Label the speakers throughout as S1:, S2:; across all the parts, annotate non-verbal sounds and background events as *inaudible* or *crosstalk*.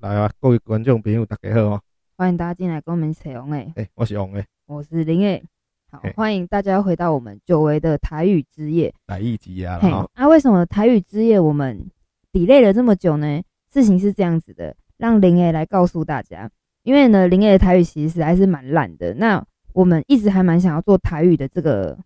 S1: 来啊，各位观众朋友，大家好哦！
S2: 欢迎大家进来跟我们一起红诶，
S1: 诶、我是王诶，
S2: 我是林诶。好
S1: 嘿，
S2: 欢迎大家回到我们久违的台语之夜。
S1: 来一集啊，
S2: 嘿
S1: 然后，
S2: 啊，为什么台语之夜我们 delay 了这么久呢？事情是这样子的，让林诶来告诉大家，因为呢，林诶的台语其实实在是蛮烂的。那我们一直还蛮想要做台语的这个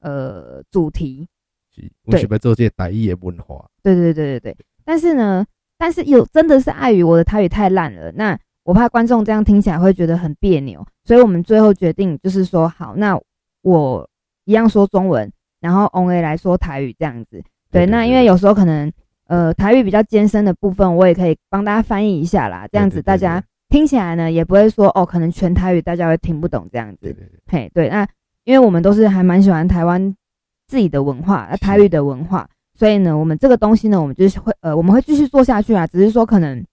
S2: 呃主题，
S1: 是，我们想要做这个台语的文化，
S2: 对对对对对。但是呢，但是有真的是碍于我的台语太烂了，那我怕观众这样听起来会觉得很别扭，所以我们最后决定就是说，好，那我一样说中文，然后 On A 来说台语这样子。对，那因为有时候可能呃台语比较艰深的部分，我也可以帮大家翻译一下啦，这样子大家听起来呢也不会说哦，可能全台语大家会听不懂这样
S1: 对
S2: 子。
S1: 对对，
S2: 嘿，对，那因为我们都是还蛮喜欢台湾自己的文化，呃
S1: 是
S2: 台语的文化，所以呢，我们这个东西呢，我们就是会呃，我们会继续做下去啊，只是说可能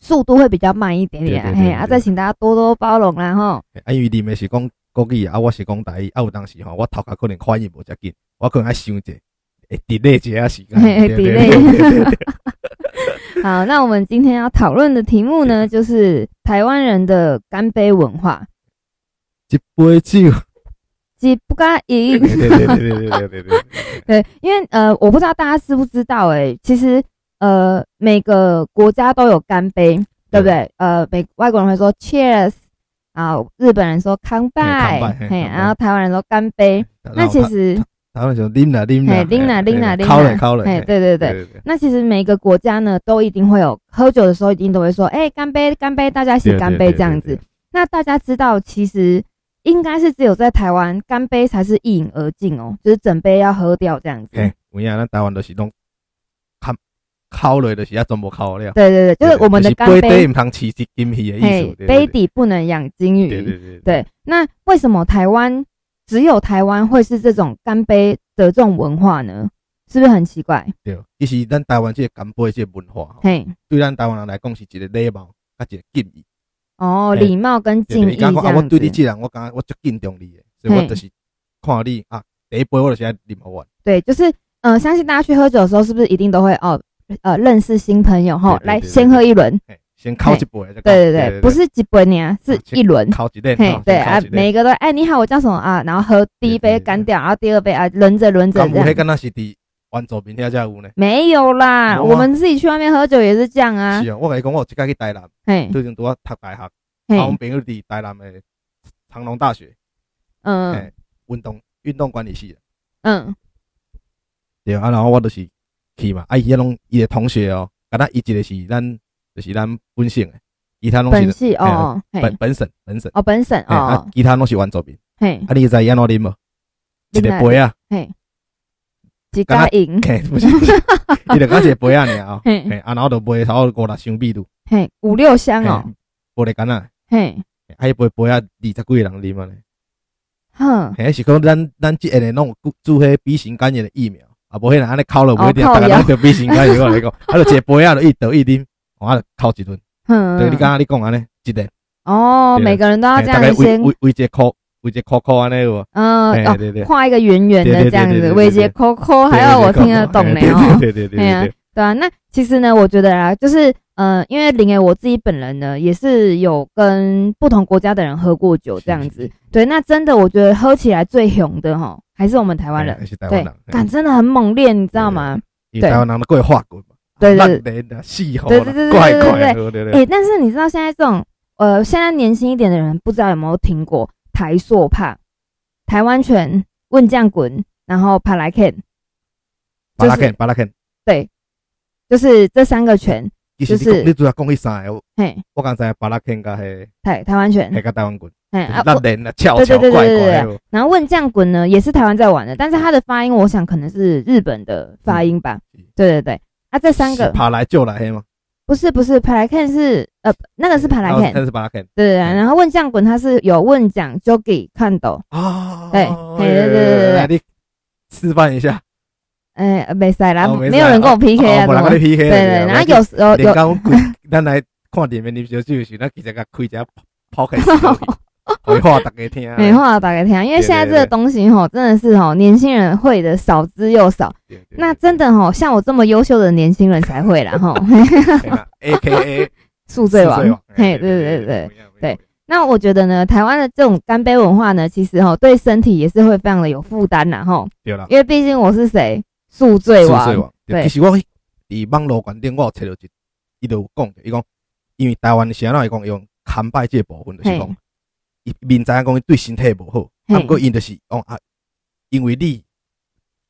S2: 速度会比较慢一点点啊，
S1: 对对对
S2: 嘿
S1: 对
S2: 啊，
S1: 对
S2: 再请大家多多包容啦吼。
S1: 嘿啊，因为你们是讲国语啊，我是讲台语，啊，有当时吼，我头壳可能反应无遮紧，我可能爱想者，会 delay 一下时间，
S2: 嘿
S1: 对对对
S2: delay
S1: 对对对对
S2: 好，那我们今天要讨论的题目呢，就是台湾人的干杯文化，
S1: 一杯酒，
S2: 即不干
S1: 对
S2: 饮。
S1: 对对对对对对对，
S2: *laughs* 对，因为呃，我不知道大家知不知道、欸，其实呃，每个国家都有干杯，对不对？呃，美外国人会说 cheers，啊，日本人说康拜
S1: 康拜，嘿康
S2: 嘿，
S1: 拜
S2: 然后台湾人说干杯。那其实，
S1: 台湾就啉啦啉啦，
S2: 嘿，拎啦拎啦拎啦，
S1: 敲了敲了，
S2: 嘿，对对对。
S1: 对对，
S2: 那其实每个国家呢，都一定会有喝酒的时候，一定都会说，哎，干杯，干杯，大家一起干杯这样子。那大家知道，其实应该是只有在台湾，干杯才是一饮而尽哦，就是整杯要喝掉这样子。
S1: 嘿，有影，咱台湾就是拢敲敲落，就是啊，全部敲了。
S2: 对对对，就是我们的干
S1: 杯
S2: 杯，
S1: 唔通起金鱼的意
S2: 嘿
S1: 思，对，
S2: 杯底不能养金
S1: 对
S2: 鱼。
S1: 对对
S2: 对，那为什么台湾只有台湾会是这种干杯的这种文化呢？是不是很奇怪？
S1: 对，其实咱台湾这个干杯这个文化，吼，
S2: 嘿，
S1: 对咱台湾人来讲是一个礼貌，甲一个敬意。
S2: 哦，
S1: 嘿
S2: 礼貌跟
S1: 对
S2: 敬
S1: 哎对
S2: 意
S1: 伊
S2: 这
S1: 讲
S2: 样
S1: 讲啊，我对你
S2: 子。
S1: 这人，我感觉我足敬重你的，所以我
S2: 嘿
S1: 就是看你啊，第一杯我就是爱啉好完，
S2: 对，就是呃，相信大家去喝酒的时候，是不是一定都会哦呃认识新朋友吼
S1: 对，对
S2: 来
S1: 对对
S2: 先喝一轮。
S1: 嘿，先敲一杯再讲。
S2: 对对对，不是几杯呢，
S1: 啊
S2: 是一轮。
S1: 敲一
S2: 嘿
S1: 轮，，
S2: 对啊，每
S1: 没。
S2: 一个都哎你好，我叫什么啊？然后喝第
S1: 对
S2: 一
S1: 对
S2: 杯
S1: 对
S2: 干掉，然后第二杯啊轮着轮着
S1: 敢有
S2: 这
S1: 迄。
S2: 样
S1: 敢若是伫原住民遐才有呢？
S2: 没有啦，
S1: 有啊
S2: 我们自己去外面喝酒也是这样啊
S1: 是。啊，我甲你讲，我有一摆去台南，
S2: 嘿，
S1: 最近拄啊读大学，啊，阮
S2: 嘿，
S1: 朋友伫台南的长隆大学
S2: 嗯
S1: 嘿运动运动管理系。
S2: 嗯，
S1: 对啊，然后我就是去嘛，啊，伊迄拢伊诶同学哦，敢若伊一个是咱，就是咱本省诶，其他拢
S2: 本
S1: 是
S2: 系哦，嘿，
S1: 哎本本省本省，
S2: 哦本省
S1: 嘿啊
S2: 哦，，
S1: 其他拢是原住民。
S2: 嘿，
S1: 啊，你知伊安怎啉无？一个杯啊，
S2: 嘿，几家赢，
S1: 嘿，不是，
S2: *laughs*
S1: 伊就讲一个杯啊尔哦，
S2: 嘿
S1: 嘿，啊，然后就卖差不多五六箱米露，
S2: 嘿，五六箱哦，
S1: 无咧干呐，
S2: 嘿，
S1: 嘿啊，迄杯杯啊，二十几个人啉啊咧，
S2: 哼，
S1: 嘿，是讲咱咱即下咧拢有注迄丙型肝炎的疫苗，啊，无迄人安尼哭了，无一定
S2: 哦
S1: 逐
S2: 靠
S1: 个
S2: 药
S1: 拢着丙型肝炎，我来讲，啊，就一个杯啊，就一倒一啉，我就哭一顿。
S2: 哼，
S1: 对，你刚刚你讲安尼，一个，
S2: 哦，
S1: 对
S2: 每个人都要
S1: 嘿
S2: 嗯这
S1: 大概
S2: 样
S1: 围
S2: 先，
S1: 围围一个箍，围一个箍箍安尼有无？
S2: 嗯，
S1: 哎，
S2: 哦，
S1: 对对，
S2: 画一个圆圆
S1: 对对对
S2: 的这样
S1: 对对
S2: 子，
S1: 对
S2: 围结
S1: 对
S2: 扣扣，还
S1: 对
S2: 要
S1: 对
S2: 我
S1: 对
S2: 听得
S1: 嘿
S2: 懂呢
S1: 对
S2: 哦。
S1: 对对对
S2: 嘿啊
S1: 对对，
S2: 对啊，那其实呢，我觉得啦，就是呃，因为林爷我自己本人呢，也是有跟不同国家的人喝过酒这样
S1: 是是
S2: 子。对，那真的我觉得喝起来最熊的哈，还是我们台湾
S1: 嘿
S2: 人，
S1: 哎是台湾
S2: 对
S1: 人，，
S2: 感真的很猛烈，你知道吗？
S1: 因为台湾人都过化滚嘛，
S2: 对对对
S1: 烂人啊，死吼
S2: 对对对对
S1: 啦，怪
S2: 对对
S1: 怪的，对对对，
S2: 诶，但是你知道现在这种呃，现在年轻一点的人不知道有没有听过台硕帕、台湾拳、问酱滚，然后帕莱 Ken，
S1: 巴拉
S2: 就是
S1: 肯巴拉肯，
S2: 就是这三个拳，
S1: 其实你
S2: 就是
S1: 讲你主要讲迄三个，我
S2: 嘿，
S1: 我刚才巴拉肯甲迄
S2: 台台湾拳，
S1: 迄个台湾滚，
S2: 嘿
S1: 就是
S2: 啊，
S1: 烂人啊，翘
S2: 对
S1: 翘
S2: 对
S1: 怪
S2: 对对对
S1: 怪
S2: 对
S1: 的，
S2: 然后问酱滚呢，也是台湾在玩的，但是它的发音，我想可能是日本的发音吧。
S1: 嗯
S2: 对对对，啊，这三个
S1: 爬来就来黑嘛，
S2: 不是不是，帕莱 Ken 是呃那个是帕莱
S1: 然后
S2: Ken，
S1: 那是巴拉肯
S2: 对对对。
S1: 哦嗯
S2: 然后问酱滚它是有问讲 Jogi 看斗，
S1: 啊，
S2: 对嘿对对对对对
S1: 来你示范一下，
S2: 哎，呃没塞啦，
S1: 哦没
S2: 没有人跟我 PK 啊，
S1: 我
S2: 怎
S1: 来
S2: 么
S1: 跟你？PK，
S2: 对对，对然后有时候
S1: 连
S2: 有
S1: 讲鬼，咱来看电影啉小酒的时候，咱其实甲开一下 p o d c a 回话大家听。
S2: 没话打给听，因为现在
S1: 对
S2: 这
S1: 对对
S2: 个东西吼，真的是吼年轻人会的少之又少。
S1: 对，对对
S2: 那真的吼，像我这么优秀的年轻人才会啦吼。
S1: 嘿啦，A K A
S2: 宿醉
S1: 宿醉
S2: 王
S1: 王，，
S2: 嘿，对对对对。，那我觉得呢，台湾的这种干杯文化呢，其实哈对身体也是会非常的有负担呐哈，
S1: 对啦，
S2: 因为毕竟我是谁啊宿醉
S1: 宿
S2: 王，
S1: 醉王。对
S2: 对
S1: 其实我伫网络观点，我有找到一，伊就有讲，伊讲，因为台湾是安怎会讲用堪拜这部分，就是
S2: 嘿
S1: 讲，伊明知影讲对身体无好，啊，
S2: 嘿
S1: 毋过因就是讲啊，因为你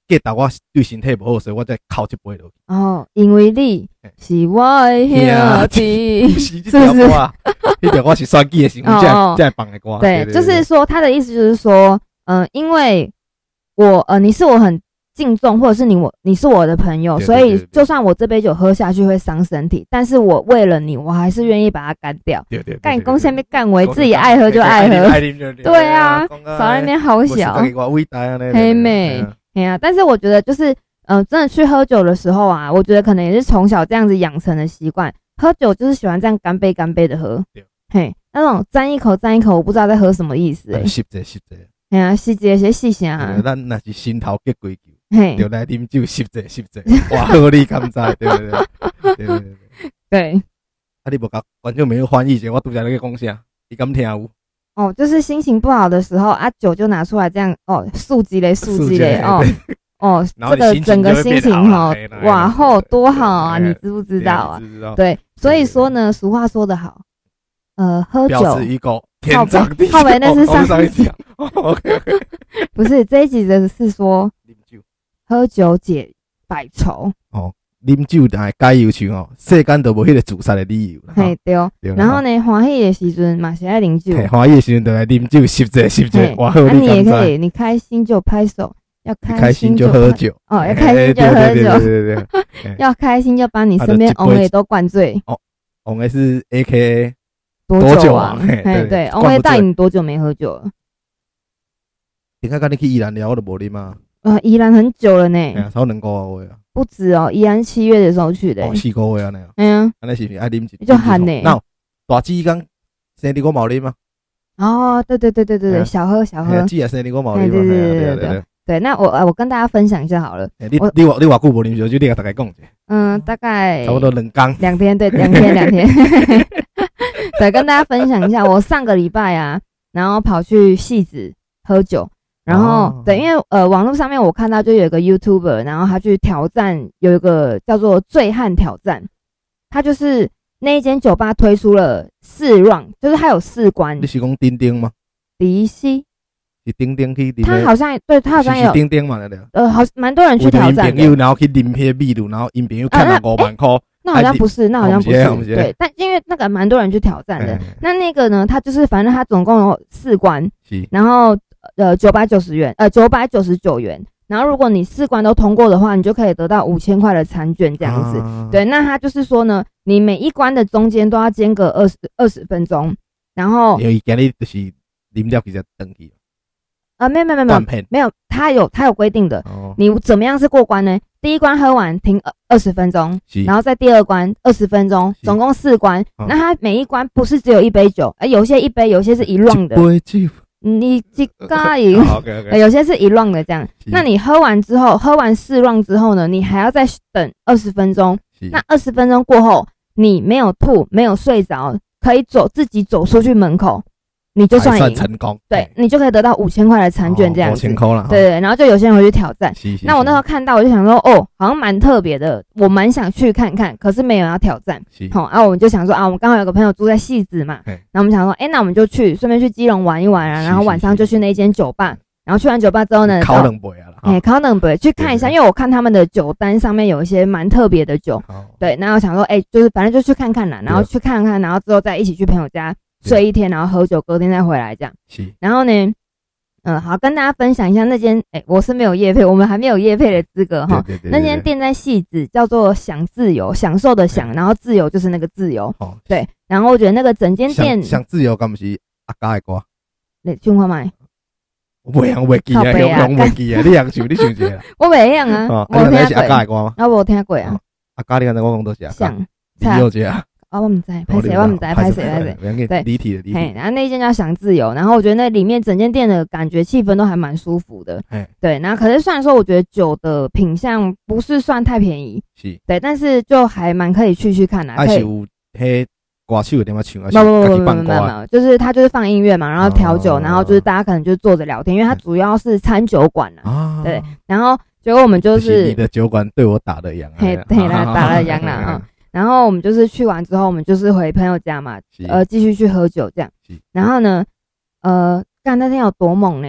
S1: 计达我对身体无好，所以我才哭一杯落去。 *laughs*
S2: 哦，因为你
S1: 嘿
S2: 是我的哎兄弟
S1: 不。是这条歌啊，迄条歌是选举的时候才
S2: 哦哦
S1: 才会放的歌。啊
S2: 对，就是说他的意思就是说，嗯、因为我呃你是我很敬重，或者是你我你是我的朋友，
S1: 对对
S2: 所
S1: 对
S2: 以
S1: 对对
S2: 就算我这杯酒喝下去会伤身体，但是我为了你，我还是愿意把它干掉。
S1: 对对，哎
S2: 干公下
S1: 先
S2: 面干为自己爱喝就爱喝，
S1: 喝
S2: 对啊，少在那边好小。
S1: 伟大啊呢
S2: 嘿妹哎呀、但是我觉得就是，嗯、真的去喝酒的时候啊，我觉得可能也是从小这样子养成的习惯，喝酒就是喜欢这样干杯干杯的喝
S1: 对，
S2: 嘿，那种沾一口沾一口，我不知道在喝什么意思、欸，
S1: 实在实在，
S2: 哎呀、细节些细些啊
S1: 对，咱若是心头结鬼球，
S2: 嘿，
S1: 就来啉酒，实在实
S2: *laughs*
S1: 在，哇，好你甘知，对不对？对对对。对
S2: 对，
S1: 啊，你无甲观众朋友翻译者，我拄则咧讲啥，伊敢听有？
S2: 哦，就是心情不好的时候啊，酒就拿出来这样，哦，素鸡嘞，素鸡嘞，哦
S1: 对
S2: 哦，
S1: 然后
S2: 这
S1: 你心
S2: 个
S1: 情
S2: 整个
S1: 就会
S2: 心
S1: 变
S2: 情
S1: 好啦
S2: 哦
S1: 嘿啦，
S2: 哇
S1: 嘿啦
S2: 吼，
S1: 对
S2: 多
S1: 对哎
S2: 好啊，
S1: 嘿啦
S2: 你知不知道啊？
S1: 对你知道
S2: 对，所以
S1: 哦对
S2: 说呢，俗话说得好，呃，喝酒
S1: 表示一个天长地久。
S2: 靠北那是
S1: 我们
S2: 上
S1: 上
S2: 一
S1: 一
S2: 集
S1: 集啊。OK， *laughs*
S2: 不是这一集的是说
S1: 啉酒，
S2: 喝酒解百愁，
S1: 啉酒，但系加油去哦，世间都无迄个自杀的理由啦。啊哈
S2: 嘿对哦。
S1: 对啦
S2: 然后呢，欢喜的时阵嘛是爱啉酒，
S1: 嘿，欢喜的时阵就来啉酒，吸者吸者
S2: 嘿，
S1: 哇，好
S2: 啊你也
S1: 你
S2: 可
S1: 敢知？
S2: 以，你开心就拍手，要
S1: 开心就
S2: 就
S1: 喝
S2: 拍，
S1: 酒，
S2: 哦，要
S1: 嘿
S2: 开心就
S1: 对
S2: 喝
S1: 对对
S2: 酒，
S1: 对对对对，
S2: 要开心就把你
S1: 啊
S2: 身
S1: 就
S2: 边
S1: 一杯
S2: 翁也都灌醉，
S1: 我们是 A K A
S2: 多
S1: 多
S2: 久
S1: 久
S2: 啊
S1: 啊？嘿
S2: 嘿
S1: 对
S2: 对，
S1: 灌
S2: 翁也
S1: 不
S2: 到
S1: 醉
S2: 底你多久没喝酒了？
S1: 顶下甲你去宜兰聊，我都无啉啊，
S2: 呃，宜兰很久了
S1: 嘿
S2: 呢，
S1: 啊，超两个月啊，
S2: 不止哦，宜兰七月的时候去的欸
S1: 哦，，四个月安尼啊，
S2: 哎呀，
S1: 安尼是毋是爱啉酒？
S2: 就喊呢
S1: 那大姊讲生日我冇啉啊，
S2: 哦，对对对对对
S1: 嘿
S2: 对，
S1: 啊
S2: 小喝小
S1: 嘿
S2: 喝
S1: 啊，姊也生日我冇啉
S2: 嘿
S1: 啊，
S2: 对对
S1: 嘿啊
S2: 对对
S1: 对啊。
S2: 对，那我呃我跟大家分享一下好了，
S1: 嘿你
S2: 我
S1: 你偌你偌久无啉酒，就你甲大家讲者，
S2: 嗯，大概
S1: 差不多两工。
S2: 两
S1: *laughs*
S2: 天，对，两天， *laughs* 两天。对，跟大家分享一下，我上个礼拜啊，然后跑去戏子喝酒，然后、
S1: 哦
S2: 对，因为呃，网络上面我看到就有一个 YouTuber，然后他去挑战有一个叫做“醉汉挑战”，他就是那一间酒吧推出了四 round，就是他有四关
S1: 你。是讲丁丁吗？
S2: 迪西，
S1: 是丁丁去啉
S2: 他
S1: 的，
S2: 好像对他好像
S1: 是是
S2: 有
S1: 丁丁嘛，对不对。
S2: 呃，好蛮多人去
S1: 有的
S2: 挑
S1: 因
S2: 战
S1: 朋
S2: 的
S1: 友，。然后去啉迄秘鲁，然后因朋友看了
S2: 那
S1: 五万块，
S2: 那好像不是，那好像不是
S1: 啊我们直接我们直，接
S2: 对，但因为那个蛮多人去挑战的，
S1: 哎
S2: 那那个呢，它就是反正它总共有四关，
S1: 是
S2: 然后呃九百九十元，呃九百九十九元。然后如果你四关都通过的话，你就可以得到五千块的餐券这样子。
S1: 子
S2: 对，那它就是说呢，你每一关的中间都要间隔二十二十分钟，然后
S1: 因为今日就是啉了，其实登去
S2: 呃没有没有没有
S1: 断片。
S2: 没有，它有它有规定的，
S1: 哦，
S2: 你怎么样是过关呢？第一关喝完停呃二十分钟，
S1: 是
S2: 然后在第二关二十分钟，
S1: 是
S2: 总共四关。
S1: 嗯
S2: 那它每一关不是只有一杯酒，哎，有些一杯，有些是一 round 的。
S1: 一杯酒。，
S2: 你几个赢
S1: OK
S2: *laughs* 呃
S1: OK。
S2: 有些是一 round 的这样。
S1: 是
S2: 那你喝完之后，喝完四 round 之后呢，你还要再等二十分钟。
S1: 是
S2: 那二十分钟过后，你没有吐，没有睡着，可以走自己走出去门口，你就
S1: 还
S2: 算
S1: 算
S2: 赢，
S1: 成功。哎哦
S2: 对你就可以得到五千块的餐券这样
S1: 五
S2: 子。
S1: 千块啦。
S2: 对对，然后就有些人会去挑战
S1: 哦。。是是。
S2: 那我那时候看到，我就想说，哦，好像蛮特别的，我蛮想去看看，可是没有人要挑战。
S1: 是
S2: 好、啊，我们就想说啊，我们刚好有个朋友住在戏子嘛，
S1: 嘿
S2: 然后我们想说，哎、那我们就去顺便去基隆玩一玩啊，
S1: 是
S2: 然后晚上就去那间酒吧
S1: 是，
S2: 然后去完酒吧之后呢，
S1: 考
S2: 冷，
S1: 两杯啊啦。
S2: 哎，烤冷杯去看一下，
S1: 对对对
S2: 因为我看他们的酒单上面有一些蛮特别的酒，
S1: 好，
S2: 对，那我想说，哎、就是反正就去看看啦，然后
S1: 对
S2: 去看看，然后之后再一起去朋友家
S1: 对
S2: 睡一天，然后喝酒，隔天再回来这样，
S1: 是
S2: 然后呢，嗯、好，跟大家分享一下那间，哎、我是没有夜配，我们还没有夜配的资格哈，
S1: 对对对对
S2: 那间店在戏子，叫做“享自由”，享受的享，
S1: 嗯
S2: 然后自由就是那个自由。
S1: 哦
S2: 对，然后我觉得那个整间
S1: 想
S2: 店，
S1: 想自由，敢毋是阿家的歌？
S2: 你去看麦，
S1: 我袂晓袂记
S2: 靠
S1: 啊，
S2: 北啊
S1: 用袂记啊，你用想你想一下
S2: *laughs*
S1: 啦。
S2: 我没样啊
S1: 哦，，
S2: 我
S1: 啊你
S2: 有
S1: 知影
S2: 听
S1: 是阿
S2: 过
S1: 家，的歌吗？
S2: 啊，我有听过啊
S1: 哦，阿家你敢知我讲多是阿家？
S2: 想
S1: 李友姐啊，
S2: 啊，我们在拍谁，我们在拍谁，拍谁。
S1: 不要紧
S2: 对
S1: 离题了，离
S2: 嘿，
S1: 题。
S2: 然后那一间叫“享自由”，然后我觉得那里面整间店的感觉气氛都还蛮舒服的
S1: 嘿。
S2: 对，然后可是虽然说我觉得酒的品相不是算太便宜，
S1: 是，
S2: 对，但是就还蛮可以去去看啦、
S1: 啊
S2: 可
S1: 是
S2: 以
S1: 有迄歌手有点么唱，还是
S2: 不不
S1: 家
S2: 不
S1: 己
S2: 不不
S1: 放
S2: 不
S1: 歌啊？
S2: 不，就是他就是放音乐嘛，然后调酒，
S1: 哦
S2: 然后就是大家可能就坐着聊天，因为他主要是餐酒馆啊，
S1: 啊，
S2: 对，然后结果我们就
S1: 就是
S2: 是
S1: 你的酒馆对我打了烊啊，
S2: 嘿
S1: 这样
S2: 对啦打了烊啦
S1: 嗯
S2: 然后我们就是去完之后，我们就是回朋友家嘛
S1: 是，
S2: 呃，继续去喝酒这样
S1: 是。
S2: 然后呢，呃，干那天有多猛呢？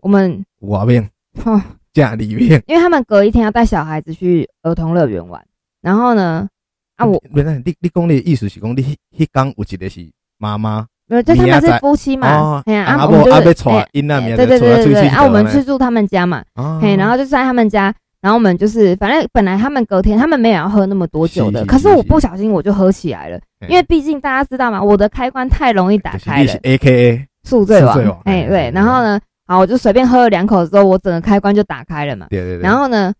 S2: 我们，
S1: 外面
S2: 哼，
S1: 正里面
S2: 因为他们隔一天要带小孩子去儿童乐园玩，然后呢，啊我，
S1: 不是你你讲你的意思是讲你迄迄工有一个是妈妈
S2: 没有，呃就他们
S1: 明仔
S2: 是
S1: 载
S2: 夫妻嘛，哎呀，
S1: 啊
S2: 我们
S1: 无
S2: 就
S1: 啊要
S2: 是
S1: 带
S2: 哎，
S1: 因那
S2: 哎
S1: 面
S2: 对对
S1: 带
S2: 对对
S1: 出
S2: 对，
S1: 去
S2: 啊，我们去住他们家嘛，
S1: 啊
S2: 嘿，然后就在他们家，然后我们就是反正本来他们隔天他们没有要喝那么多酒
S1: 是
S2: 的，
S1: 是
S2: 可是
S1: 是
S2: 我
S1: 是
S2: 不小心我就喝起来了，
S1: 嘿
S2: 因为毕竟大家知道嘛，我的开关太容易打
S1: 就是
S2: 开
S1: 你
S2: 了
S1: 是，A K A
S2: 宿醉
S1: 宿醉王
S2: 王，哎
S1: 哎
S2: 对，然后呢，好，我就随便喝了两口之后，我整个开关就打开了嘛，
S1: 对对对，
S2: 然后呢。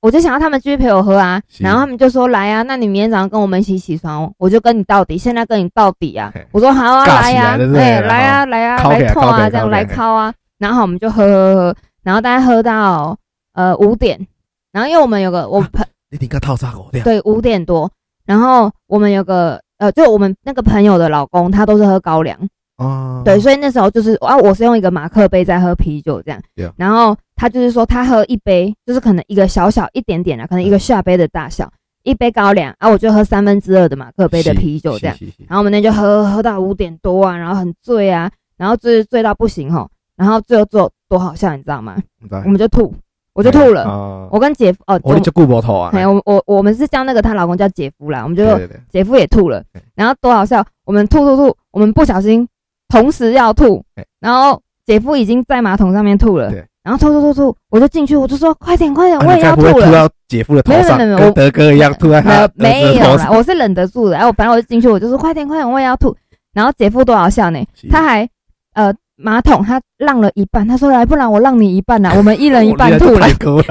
S2: 我就想要他们继续陪我喝啊，
S1: 是
S2: 然后他们就说来啊，那你明天早上跟我们一起起床，我就跟你到底，现在跟你到底啊
S1: 嘿！
S2: 我说好啊，
S1: 尬
S2: 来
S1: 起来
S2: 呀、啊，
S1: 了对
S2: 哎，
S1: 然后
S2: 来啊，来啊，
S1: 敲起来
S2: 来痛
S1: 敲起
S2: 啊，
S1: 来敲
S2: 这样
S1: 起来
S2: 来敲啊，然后我们就喝喝喝，喝然后大概喝到呃五点，然后因为我们有个我朋、
S1: 你顶个套餐五点，
S2: 对五点多，然后我们有个呃，就我们那个朋友的老公，他都是喝高粱，
S1: 哦，
S2: 对，所以那时候就是啊，我是用一个马克杯在喝啤酒这样
S1: Yeah.
S2: 然后他就是说他喝一杯，就是可能一个小小一点点啊，可能一个下杯的大小，一杯高粱啊，我就喝三分之二的马克杯的啤酒这样，啊
S1: 是，是是是
S2: 然后我们那天就喝喝到五点多啊，然后很醉啊，然后醉醉到不行吼，然后最后做多好笑你知道吗？
S1: 不知道
S2: 我们就吐，我就吐了，
S1: 哦
S2: 我跟姐夫哦，
S1: 哎我你就顾不头啊，
S2: 哎，我我我们是叫那个她老公叫姐夫啦，我们就
S1: 对对对，
S2: 姐夫也吐了
S1: 对，
S2: 然后多好笑！我们吐吐吐，我们不小心同时要吐
S1: 对，
S2: 然后姐夫已经在马桶上面吐了
S1: 哎对，
S2: 然后吐吐吐吐，我就进去，我就说快点快点，
S1: 啊
S2: 我
S1: 你
S2: 也
S1: 该
S2: 要
S1: 不
S2: 吐
S1: 会吐
S2: 了。
S1: 到姐夫的头上，
S2: 没有没有没有
S1: 跟
S2: 我
S1: 德哥一样吐在啊呃
S2: 没
S1: 他儿子
S2: 有没
S1: 的
S2: 有
S1: 头
S2: 啦，
S1: 上，
S2: 我是忍得住的。然后反正我就进去，我就说快点快点，我也要吐。然后姐夫多好笑呢
S1: 是，
S2: 他还呃马桶他让了一半，他说哎来，不然我让你一半啦，啊我们
S1: *laughs*
S2: 一人一半吐了
S1: 哦太。高了，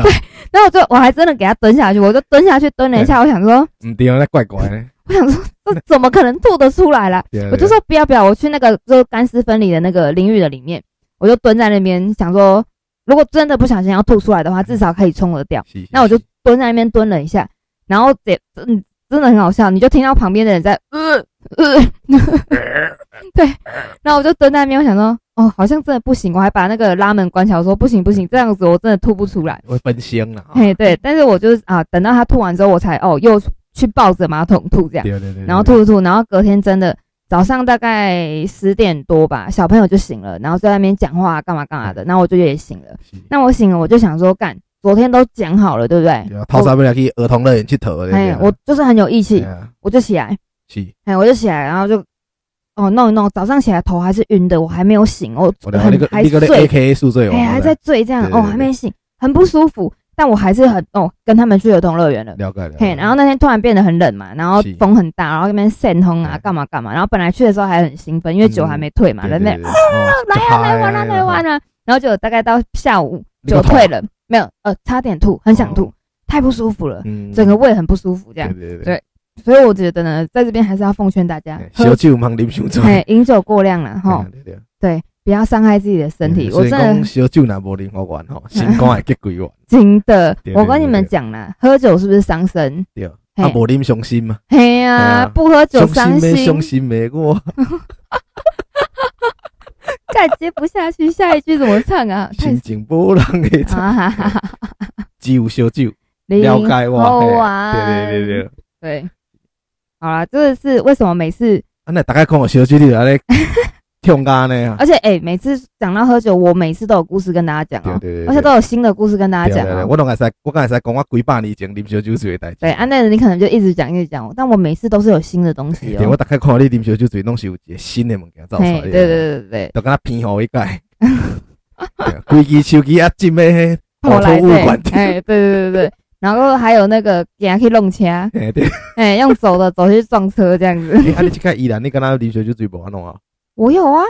S2: 然后我就我还真的给他蹲下去，我就蹲下去蹲了一下，我想说
S1: 唔对，啊那怪怪
S2: *laughs*
S1: 的，
S2: 我想说这怎么可能吐得出来啦？
S1: 对啊
S2: 我就，说不要不要，我去那个就是干湿分离的那个淋浴的里面，我就蹲在那边想说，如果真的不小心要吐出来的话，至少可以冲得掉。
S1: 对啊是是
S2: 那我就是蹲在那边蹲了一下，然后也嗯真的很好笑，你就听到旁边的人在呃呃， *laughs* 对，然后我就蹲在那边，我想说哦好像真的不行，我还把那个拉门关起来，我说不行不行，这样子我真的吐不出来。
S1: 会分心了，
S2: 嘿，对，但是我就是啊，等到他吐完之后，我才哦又去抱着马桶吐这样。
S1: 对对对对，
S2: 然后吐吐吐，然后隔天真的早上大概十点多吧，小朋友就醒了，然后在那边讲话干嘛干嘛
S1: 嗯
S2: 的，然后我就也醒了。
S1: 是，
S2: 那我醒了，我就想说，干，昨天都讲好了，对不对？
S1: 对啊，套餐不了去儿童乐园去投的，
S2: 哎
S1: 对，啊
S2: 我就是很有义
S1: 对
S2: 气，
S1: 啊
S2: 我就起来，
S1: 是，
S2: 哎，我就起来，然后就哦弄一弄，早上起来头还是晕的，我还没有醒，我
S1: 我哦聊那
S2: 很
S1: 个
S2: 还
S1: 那个那 A
S2: 醉，
S1: K A 宿醉王，啊
S2: 哎，还在醉这样
S1: 对，对
S2: 哦，
S1: 对
S2: 还没醒，很不舒服，但我还是很哦跟他们去儿童乐园了。
S1: 了解了解，
S2: 嘿，然后那天突然变得很冷嘛，然后
S1: 啊是
S2: 风很大，然后那边扇风啊
S1: 嗯，
S2: 干嘛干嘛，然后本来去的时候还很兴奋，因为酒还没退嘛，
S1: 对
S2: 人
S1: 对
S2: 们
S1: 对对哦
S2: 来
S1: 就
S2: 啊来玩啊
S1: 嗨
S2: 来玩啊，然后就大概到下午
S1: 你
S2: 酒
S1: 有
S2: 退
S1: 头
S2: 了，没有，呃，差点吐，很想
S1: 哦
S2: 吐，太不舒服了，
S1: 嗯
S2: 整个胃很不舒服这
S1: 对
S2: 样，
S1: 对对
S2: 对所以我觉得呢，在这边还是要奉劝大家
S1: 哎，
S2: 喝
S1: 小酒忙啉伤醉，
S2: 嘿饮酒过量了哈，
S1: 对对对
S2: 对，不要伤害自己的身体，我
S1: 所以
S2: 真
S1: 讲
S2: 的
S1: 小酒若无啉我完吼，心肝会结鬼完，
S2: 真的
S1: 对，对
S2: 我跟你
S1: 对
S2: 们
S1: 对
S2: 讲啦，喝酒是不是伤身？
S1: 对啊，
S2: 嘿
S1: 啊无啉伤心嘛，
S2: 嘿
S1: 对啊
S2: 呀，不喝酒伤
S1: 心没
S2: 心
S1: 伤。心没我，
S2: 再接不下去，下一句怎么唱啊？太
S1: *laughs* 心情无人会知，
S2: 啊哈哈哈！
S1: 只有小酒
S2: 零
S1: 了解我，嘿
S2: 后啊，
S1: 对对对对。
S2: 对好啦，这个是为什么每次，
S1: 啊，那大概讲我小酒你安尼痛咖呢啊？
S2: 而且哎、每次讲到喝酒，我每次都有故事跟大家讲
S1: 对
S2: 哦、
S1: 对对，
S2: 而且都有新的故事跟大
S1: 对
S2: 家
S1: 对
S2: 讲
S1: 对，
S2: 哦、
S1: 我拢会使，我刚会使讲我几百年前啉小酒醉的代志。
S2: 对，啊，那你可能就一直讲一直讲，但我每次都是有新的东西
S1: 对
S2: 哦、
S1: 我大概看到你啉小酒醉，拢是有一个新的物件走出
S2: 嘿
S1: 来。
S2: 对对，对对对，
S1: 就敢若偏好一改。对规支手机啊，浸诶，
S2: 后来
S1: 呕吐物
S2: 对
S1: 管，
S2: 哎、对对对对，然后还有那个给人去弄车，哎、
S1: 嘿对。
S2: 用走的走去撞车这样子。
S1: *laughs* 欸啊，你即个依然你敢若啉小酒醉无安弄啊？
S2: 我有啊，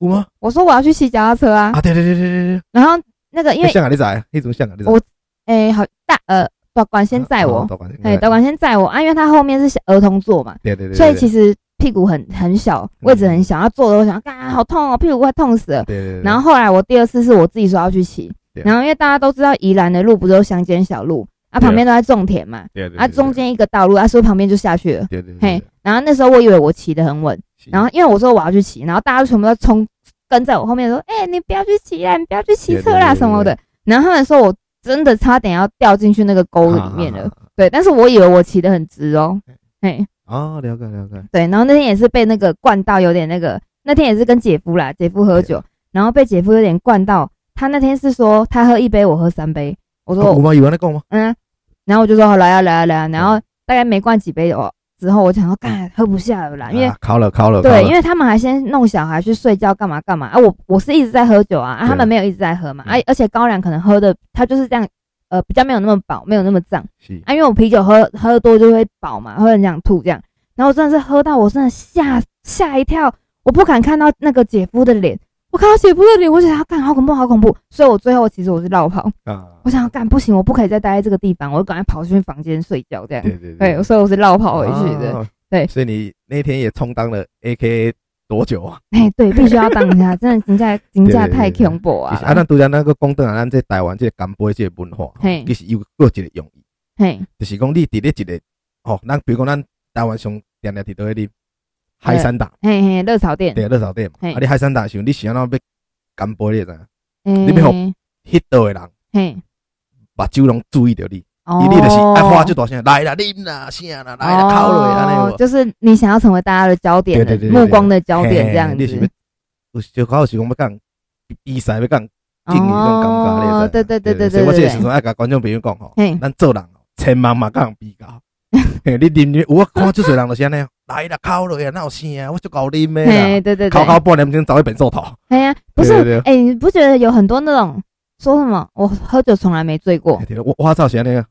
S1: 有吗？
S2: 我说我要去骑脚踏车啊，
S1: 啊，对对对对
S2: 然后那个因
S1: 对
S2: 为
S1: 对，香港你知道？迄种香港你知道？
S2: 我诶、好大呃，导管先载我
S1: 哦，导管先载
S2: 哎、导管先载我啊，因为他后面是小儿童座嘛，
S1: 对对对，
S2: 所以其实屁股很很小，位置很小，他坐的我想，啊，好痛哦，屁股快痛死了。
S1: 对对对，
S2: 然后后来我第二次是我自己说要去骑，
S1: 对
S2: 然后因为大家都知道宜兰的路不都是乡间小路啊，
S1: 对啊
S2: 旁边都在种田嘛，
S1: 对对对嗯
S2: 啊中间一个道路，啊所以旁边就下去了，
S1: 对对对，
S2: 嘿
S1: 对，
S2: 然后那时候我以为我骑得很稳，
S1: 是
S2: 然后因为我说我要去骑，然后大家全部都冲跟在我后面说：“哎、你不要去骑啦，你不要去骑车
S1: 对
S2: 啦
S1: 对对对
S2: 什么的。”然后他们说我真的差点要掉进去那个沟里面了，对，但是我以为我骑得很
S1: *laughs*
S2: 直哦，哎，
S1: 啊，了解了解，
S2: 对，然后那天也是被那个灌到有点那个，那天也是跟姐夫啦，姐夫喝酒，然后被姐夫有点灌到，他那天是说他喝一杯，我喝三杯，我说、
S1: 我们有人在讲吗？
S2: 嗯，然后我就说好来啊来啊来啊，然后大概没灌几杯哦之后，我想说干喝不下了啦，因为、
S1: 啊考了考了，
S2: 对，因
S1: 为
S2: 为他们还先弄小孩去睡觉，干嘛干嘛啊！我我是一直在喝酒啊，啊，
S1: 对
S2: 他们没有一直在喝嘛，啊
S1: 嗯，
S2: 而且高粱可能喝的他就是这样，呃，比较没有那么饱，没有那么胀
S1: 是
S2: 啊，因为我啤酒喝喝得多就会饱嘛，会很想吐这样。然后我真的是喝到我真的吓吓一跳，我不敢看到那个姐夫的脸，我看到姐夫的脸，我就想要干好恐怖，好恐怖，所以我最后其实我是绕跑，
S1: 啊
S2: 我，想要干不行，我不可以再待在这个地方，我就赶快跑去房间睡觉这样。
S1: 对对
S2: 对，所以我是绕跑回去的。
S1: 啊
S2: 对
S1: 所以你那天也充当了 A K 多久啊？
S2: *laughs* 哎，对，必须要当一下，真的
S1: *laughs*
S2: 评价评价太恐怖
S1: 其
S2: 啊
S1: 实！啊，咱拄则咱个讲到啊，咱这台湾这个干杯这个文化，
S2: 嘿
S1: 其实有各一个用意，
S2: 嘿，
S1: 就是讲你伫咧一个，吼，咱比如讲咱台湾上定定伫倒咧海产大，
S2: 嘿嘿，热炒店，
S1: 对，热炒店嘛，
S2: 嘿
S1: 啊，你海产大的时候，你是安怎么要干杯你知影？
S2: 你
S1: 要迄倒的人
S2: 嘿，
S1: 目睭拢注意着你，
S2: 哦
S1: 伊你就是爱花就大声，来啦，啉啦，啥啦，来啦，烤落安尼有
S2: 哦
S1: 无？
S2: 就是你想要成为大家的焦点
S1: 对
S2: 了，
S1: 对对对对
S2: 目光的焦点这样
S1: 嘿你是要
S2: 子。
S1: 有小可有时讲要讲比赛要讲
S2: 哦
S1: 敬语那种感觉，你知道吗
S2: 对对对对嗯
S1: 所以
S2: 对
S1: 我这个
S2: 对
S1: 时阵
S2: 对，
S1: 爱甲观众朋友讲吼
S2: 嘿，
S1: 咱做人哦，千万嘛甲人比
S2: *laughs*
S1: 较。嘿，你啉啉，有我看即侪人就是安尼，哦来啦，哭落啊，哪有声啊，我就搞啉
S2: 嘿，
S1: 诶
S2: 对对
S1: 啦，哭哭
S2: 对，
S1: 半点钟走去便所头，
S2: 哎呀，不
S1: 对对
S2: 是，哎，你不觉得有很多那种说什么我喝酒从来没醉过
S1: 嘿？对我我操是安尼啊，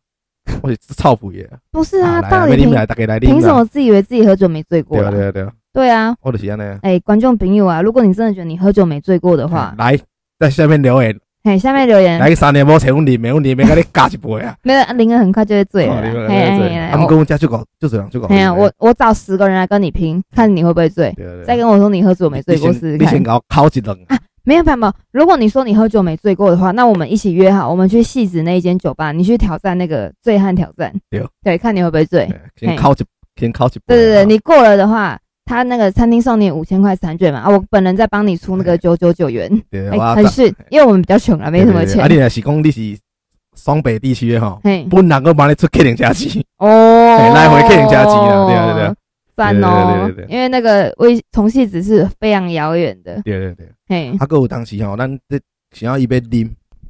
S1: 我是臭肥诶。
S2: 不是啊，
S1: 来
S2: 到
S1: 要
S2: 底
S1: 啉
S2: 凭
S1: 来，大家来啉
S2: 凭什
S1: 啦。
S2: 么自以为自己喝酒没醉过
S1: 对啊
S2: 啦？
S1: 对啊对啊，
S2: 对啊，
S1: 我就是安尼啊。
S2: 哎，观众朋友啊，如果你真的觉得你喝酒没醉过的话，
S1: 来在下面留言，
S2: 嘿，下面留言
S1: 来去三年无找阮啉诶，阮啉诶，甲你加一杯啊。
S2: 没有，林恩很快就会醉了
S1: 哦
S2: 啦。
S1: 你们
S2: 啊嘿
S1: 来
S2: 嘿
S1: 这
S2: 嘿
S1: 里
S2: 来
S1: 他们
S2: 我
S1: 跟我家就搞，就这样就搞
S2: 哎
S1: 啉
S2: 呀，
S1: 的。
S2: 我我找十个人来跟你拼，看你会不会醉。
S1: 对啊对啊
S2: 再跟我说你喝酒没醉
S1: 你
S2: 过
S1: 先
S2: 试试
S1: 你先
S2: 看。啊
S1: 搞烤一啊顿，
S2: 没有没有没有，如果你说你喝酒没醉过的话，那我们一起约好，我们去戏子那一间酒吧，你去挑战那个醉汉挑战。
S1: 对
S2: 对，看你会不会醉。
S1: 对先烤一，先烤一杯啊。
S2: 对对对，你过了的话，他那个餐厅送你五千块餐券嘛，啊，我本人再帮你出那个
S1: 哎
S2: 九九九元，
S1: 对
S2: 哎
S1: 我要
S2: 很是，因为我们比较穷啊，没什么
S1: 对对对啊，
S2: 钱嗯
S1: 你。若是讲你是双北地区的吼，
S2: 嘿，
S1: 本人个帮你出客人家钱，
S2: 哦
S1: 嘿，来回客人家集啦对啊对啊，
S2: 赞哦
S1: 对对对对，对
S2: 因为那个微从戏子是非常遥远
S1: *laughs*
S2: 的，
S1: 对对对。
S2: 嘿，
S1: 啊，搁有当时吼，咱这想要伊要啉，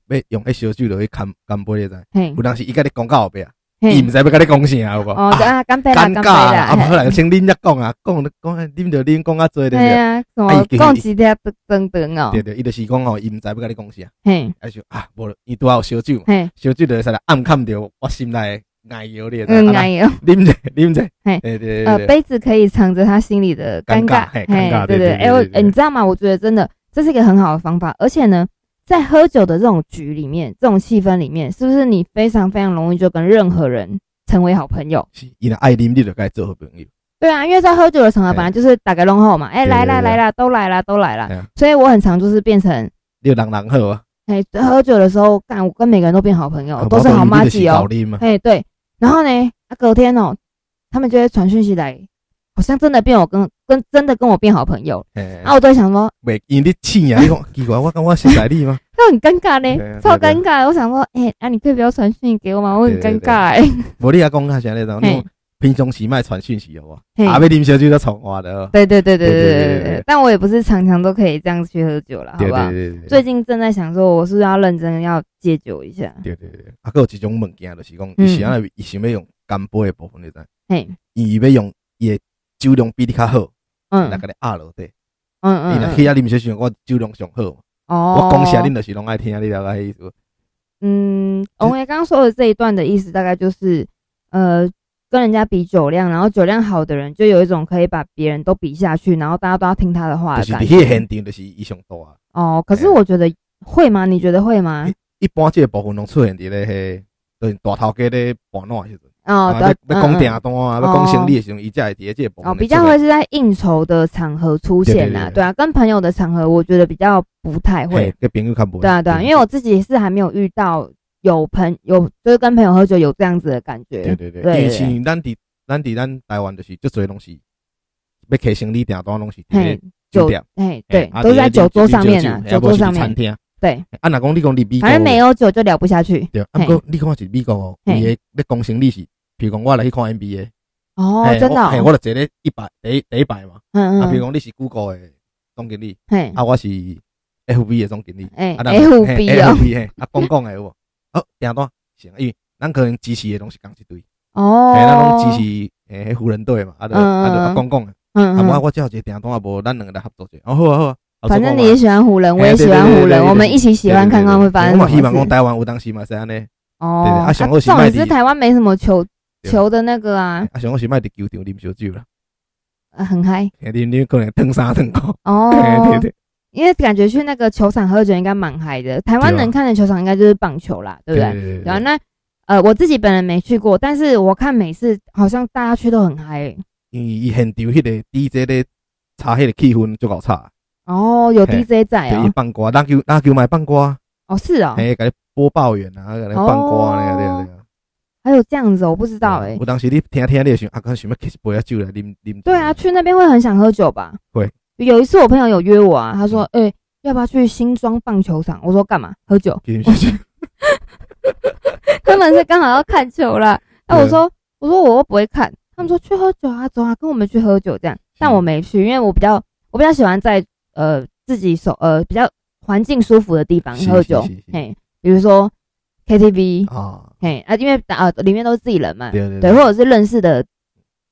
S1: 要用迄烧酒落去干干杯，你知？
S2: 嘿
S1: 有，当时伊甲你讲到后壁，伊
S2: 嗯嘿
S1: 毋，知要甲你讲啥，有无？
S2: 哦，对
S1: 啊
S2: 啊，干杯啦，
S1: 尴尬
S2: 干杯
S1: 啊！
S2: 啦，
S1: 啊，好
S2: 嘿
S1: 啦，先恁才讲啊，讲讲啉着啉，讲啊做对
S2: 对
S1: 对？
S2: 啊，什
S1: 啊
S2: 么
S1: 伊
S2: 共几天等等等哦
S1: 对，对，伊就是讲吼，伊毋知要甲你讲啥，
S2: 嘿，
S1: 啊就啊，无伊拄好有烧酒嘛，
S2: 嘿，
S1: 烧酒就会使来暗藏着我心内的爱摇你知？
S2: 嗯，
S1: 啊
S2: 哎呦，
S1: 啉者，啉者，
S2: 嘿
S1: 对对
S2: 呃，
S1: 对对，
S2: 杯子可以藏着他心里的尴
S1: 尴尬
S2: 尬，
S1: 嘿尴尬
S2: 对
S1: 对对对
S2: 哎，我
S1: 对对
S2: 哎你知道吗？我觉得真的这是一个很好的方法，而且呢。在喝酒的这种局里面，这种气氛里面，是不是你非常非常容易就跟任何人成为好朋友？
S1: 是伊若爱啉，你就该做好朋友。
S2: 对啊，因为在喝酒的场合
S1: 对
S2: 本来就是打个龙后嘛，哎、
S1: 对
S2: 来
S1: 对
S2: 啦
S1: 对
S2: 来啦，都来啦都来
S1: 对
S2: 啦
S1: 啊，
S2: 所以我很常就是变成，
S1: 你人人好啊，
S2: 哎、喝酒的时候，干我跟每个人都变好朋友，
S1: 啊
S2: 哦都是好妈吉
S1: 搞
S2: 哦，
S1: 啉嘛，
S2: 哎、对，然后呢，啊、隔天哦，他们就会传讯息来，好像真的变我跟跟真的跟我变好朋友，
S1: 嘿
S2: 啊，我都会想说，
S1: 袂因为你气啊，你讲奇怪，我感觉是在你吗？
S2: 那很尴尬
S1: 对啊
S2: 呢，超尴尬的，我想说，哎、啊，你可以不要传讯给我吗？我很
S1: 对对
S2: 尴
S1: 对
S2: 尬哎、 *laughs*
S1: 无你阿讲啊较啥咧？然后你
S2: 嘿
S1: 讲平常时莫传讯息好无？
S2: 嘿
S1: 啊，要啉烧酒就从我的，哦
S2: 对对对对对
S1: 对对
S2: 对
S1: 对
S2: 对
S1: 对对
S2: 对，但我也不是常常都可以这样去喝酒了，好
S1: 对
S2: 不好
S1: 对？对对，
S2: 最近正在想说，我是不是要认真要戒酒一下？
S1: 对对对，啊，佫有一种物件就是讲，伊
S2: 嗯
S1: 是安尼，伊想要用干杯的部分，你知？
S2: 嘿，
S1: 伊要用伊的酒量比你较好，
S2: 嗯
S1: 来甲你压落底。
S2: 嗯
S1: 你若
S2: 嗯
S1: 去啊啉烧酒，我酒量上好嘛，
S2: 哦，
S1: 我讲啥恁就是拢爱听，你了解迄意思？
S2: 嗯，我们刚刚说的这一段的意思大概就是，呃，跟人家比酒量，然后酒量好的人就有一种可以把别人都比下去，然后大家都要听他的话
S1: 就
S2: 的
S1: 是
S2: 啊感
S1: 伫迄个
S2: 觉。
S1: 现场，就是伊上大啊。
S2: 哦，可是我觉得会吗？你觉得会吗？
S1: 一般即个部分拢出现伫咧迄，就是大头家咧盘烂诶时阵，
S2: 哦，
S1: 啊，
S2: 对
S1: 要要讲
S2: 嗯
S1: 订
S2: 嗯
S1: 单啊，要讲生理诶时阵，伊才会伫咧即个部分
S2: 哦，
S1: 会
S2: 比
S1: 出现。
S2: 较会是在应酬的场合出现
S1: 对对对
S2: 呐，
S1: 对
S2: 对啊，跟朋友的场合，我觉得比较不太会
S1: 嘿，。跟朋友较无。
S2: 对啊，对啊，因为我自己是还没有遇到有朋有就是跟朋友喝酒有这样子的感觉。
S1: 对对对，
S2: 对
S1: 因为
S2: 对
S1: 是咱伫咱伫咱台湾就是足侪拢是要摕行李订单拢是伫
S2: 嘿
S1: 咧，
S2: 酒
S1: 酒店，
S2: 嘿，
S1: 嘿
S2: 哎对
S1: 啊，
S2: 都是在
S1: 伫咧
S2: 酒桌
S1: 啉
S2: 上面啊，
S1: 酒
S2: 酒桌上
S1: 啊无是伫餐
S2: 面，
S1: 厅。
S2: 对，
S1: 啊，若讲你讲你美国，
S2: 反正没有酒就聊不下去。
S1: 对，啊，
S2: 嘿
S1: 不过你看是美国哦，
S2: 嘿
S1: 伊诶咧讲行李是，譬如讲我来去看 NBA，
S2: 哦，
S1: 嘿
S2: 真的
S1: 哎我嘿，
S2: 哦，
S1: 我就坐咧一排第一第一排嘛。
S2: 嗯
S1: 啊，譬如
S2: 嗯，
S1: 讲你是 Google 诶总经理，
S2: 嘿，
S1: 啊，我是 FB 诶总经理，
S2: 哎
S1: 啊咱就
S2: ，F
S1: 嘿
S2: B 哦，
S1: FB 嘿，啊，讲讲诶有无？好，订单行，因为咱可能支持诶拢是同一队，嘿，咱
S2: 哦，
S1: 拢支持诶湖人队嘛，啊，就
S2: 嗯
S1: 啊就
S2: 嗯
S1: 啊
S2: 嗯
S1: 讲讲诶。
S2: 嗯
S1: 啊，
S2: 嗯
S1: 我我只有一个订单啊，无咱两个来合作者。哦，好啊好啊，合作
S2: 反正
S1: 看
S2: 你
S1: 看
S2: 也喜欢湖人，我
S1: 哎
S2: 也
S1: 嘿对
S2: 喜欢
S1: 对对
S2: 湖
S1: 对
S2: 人，
S1: 对
S2: 我
S1: 对
S2: 们
S1: 对
S2: 一起喜欢看看会发生
S1: 对
S2: 什
S1: 我嘛希望
S2: 么
S1: 讲
S2: 事。
S1: 台湾有当时嘛是安尼，对对
S2: 哦
S1: 啊，上好是
S2: 重
S1: 卖
S2: 点
S1: 伫
S2: 是台湾没什么球
S1: 对
S2: 球的那个啊，
S1: 啊，上好是卖伫球场啉烧酒啦，
S2: 呃很嗨
S1: 嘿啉啉可能烫衫烫裤，
S2: 哦。
S1: 嘿 *laughs* 对对，
S2: 因为感觉去那个球场喝酒应该蛮嗨的。台湾
S1: 对啊
S2: 能看的球场应该就是棒球啦，对不对？
S1: 对
S2: 然后那呃，我自己本人没去过，但是我看每次好像大家去都很嗨、欸。
S1: 因为伊现场迄个 DJ 咧炒迄个气氛足够差，
S2: 哦，有
S1: 嘿
S2: DJ 在
S1: 就伊
S2: 哦，
S1: 放歌，篮球篮球嘛会放歌，啊
S2: 哦是哦，
S1: 嘿，甲你播报员啊，甲你放歌
S2: 哦
S1: 咧，对啊对啊。
S2: 还有这样子哦，我不知
S1: 对
S2: 道
S1: 啊
S2: 哎、
S1: 有当时你听听你会想，啊，可能想要摕一杯仔酒来啉啉。
S2: 对 *laughs* 啊，，去那边会很想喝酒吧？
S1: 会。？”
S2: 有一次我朋友有约我啊，他说：“哎、要不要去新庄棒球场？”我说：“干嘛？喝酒
S1: 去啉烧酒
S2: 他们是刚好要看
S1: *laughs*
S2: 球啦。那我
S1: 对啊
S2: 说：“我说我又不会看。”他们说：“去喝酒啊，走啊，跟我们去喝酒这样。”但
S1: 嗯
S2: 我没去，因为我比较我比较喜欢在呃自己手呃比较环境舒服的地方
S1: 是
S2: 喝
S1: 是
S2: 酒
S1: 是是，
S2: 嘿，比如说 KTV，
S1: 啊，
S2: 嘿啊，因为啊里面都是自己人嘛，
S1: 对对
S2: 对，或者是认识的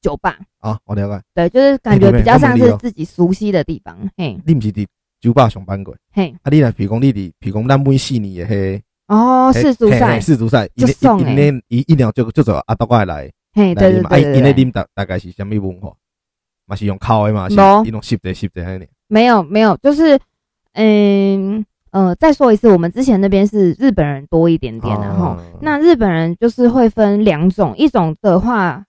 S2: 酒吧，
S1: 啊，我了解。
S2: 对，就是感觉
S1: 嘿对对
S2: 比较像
S1: 我们
S2: 是
S1: 聊
S2: 自己熟悉的地方，嘿
S1: 你毋是伫酒吧上班过？
S2: 嘿，
S1: 啊，你若譬如讲，你伫譬如讲，咱每四年诶
S2: 哦，
S1: 迄
S2: 世足
S1: 嘿嘿
S2: 赛，
S1: 世足赛，
S2: 足爽
S1: 因咧伊一两就就做阿达过来
S2: 嘿，
S1: 来
S2: 哎对
S1: 啉
S2: 对
S1: 嘛，啊，
S2: 对
S1: 因
S2: 对
S1: 咧
S2: 对
S1: 啉大大概是啥物文化？嘛是用烤诶嘛，是
S2: 无
S1: 伊拢吸者吸者安尼。
S2: 没有没有，就是嗯呃，再说一次，我们之前那边是日本人多一点点然后
S1: 啊
S2: 那日本人就是会分两种，一种的话，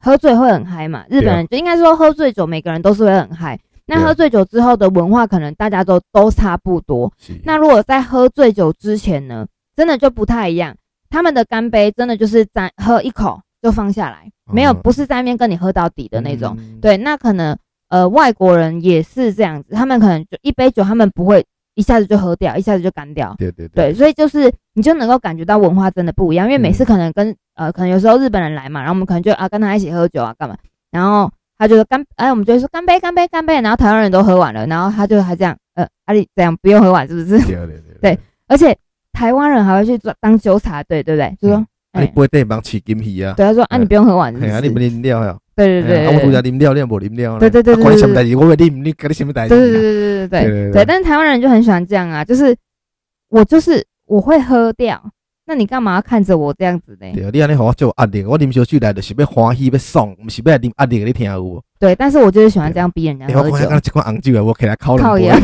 S2: 喝醉会很嗨嘛。日本人就应该说喝醉酒，每个人都是会很嗨。那
S1: 啊对啊
S2: 喝醉酒之后的文化，可能大家都都差不多。
S1: 是哦
S2: 那如果在喝醉酒之前呢，真的就不太一样。他们的干杯真的就是沾喝一口就放下来，没有
S1: 嗯
S2: 不是在那边跟你喝到底的那种。，
S1: 嗯，
S2: 对，那可能呃外国人也是这样子，他们可能就一杯酒，他们不会一下子就喝掉，一下子就干掉。
S1: 对对
S2: 对，，所以就是你就能够感觉到文化真的不一样，因为每次可能跟、呃，可能有时候日本人来嘛，然后我们可能就啊跟他一起喝酒啊干嘛，然后他就说干，哎，我们就会说干杯干杯干杯，然后台湾人都喝完了，然后他就还这样，呃，阿、啊、里这样不用喝完是不是？ *laughs*
S1: 对对对
S2: 对。而且台湾人还会去做当纠察队，嗯对不对？就说、
S1: 啊，你不会对帮饲金鱼啊？
S2: 哎对他说啊，你不用喝哎完是不
S1: 嘿
S2: 是
S1: 啊，你毋啉料呀？
S2: 对对
S1: 嘿
S2: 对
S1: 啊，我拄
S2: 对
S1: 则啉料，你也无啉料呢。
S2: 对对对
S1: 啊
S2: 对
S1: 管你什么
S2: 对
S1: 代志，我问你，你跟你什么代
S2: 对
S1: 志？啊
S2: 对对对对对对，但是台湾人就很喜欢这样啊，就是我就是我会喝掉，那你干嘛要看着我这样子呢？
S1: 对，你安尼互我做压力，我啉烧酒来就是要欢喜要爽，毋是要来啉压力给你听有无？
S2: 对，但是我就是喜欢这样逼人家
S1: 欸
S2: 喝
S1: 我看
S2: 酒
S1: 到。这款红酒的，我起来烤两
S2: 靠
S1: 杯
S2: 呀。！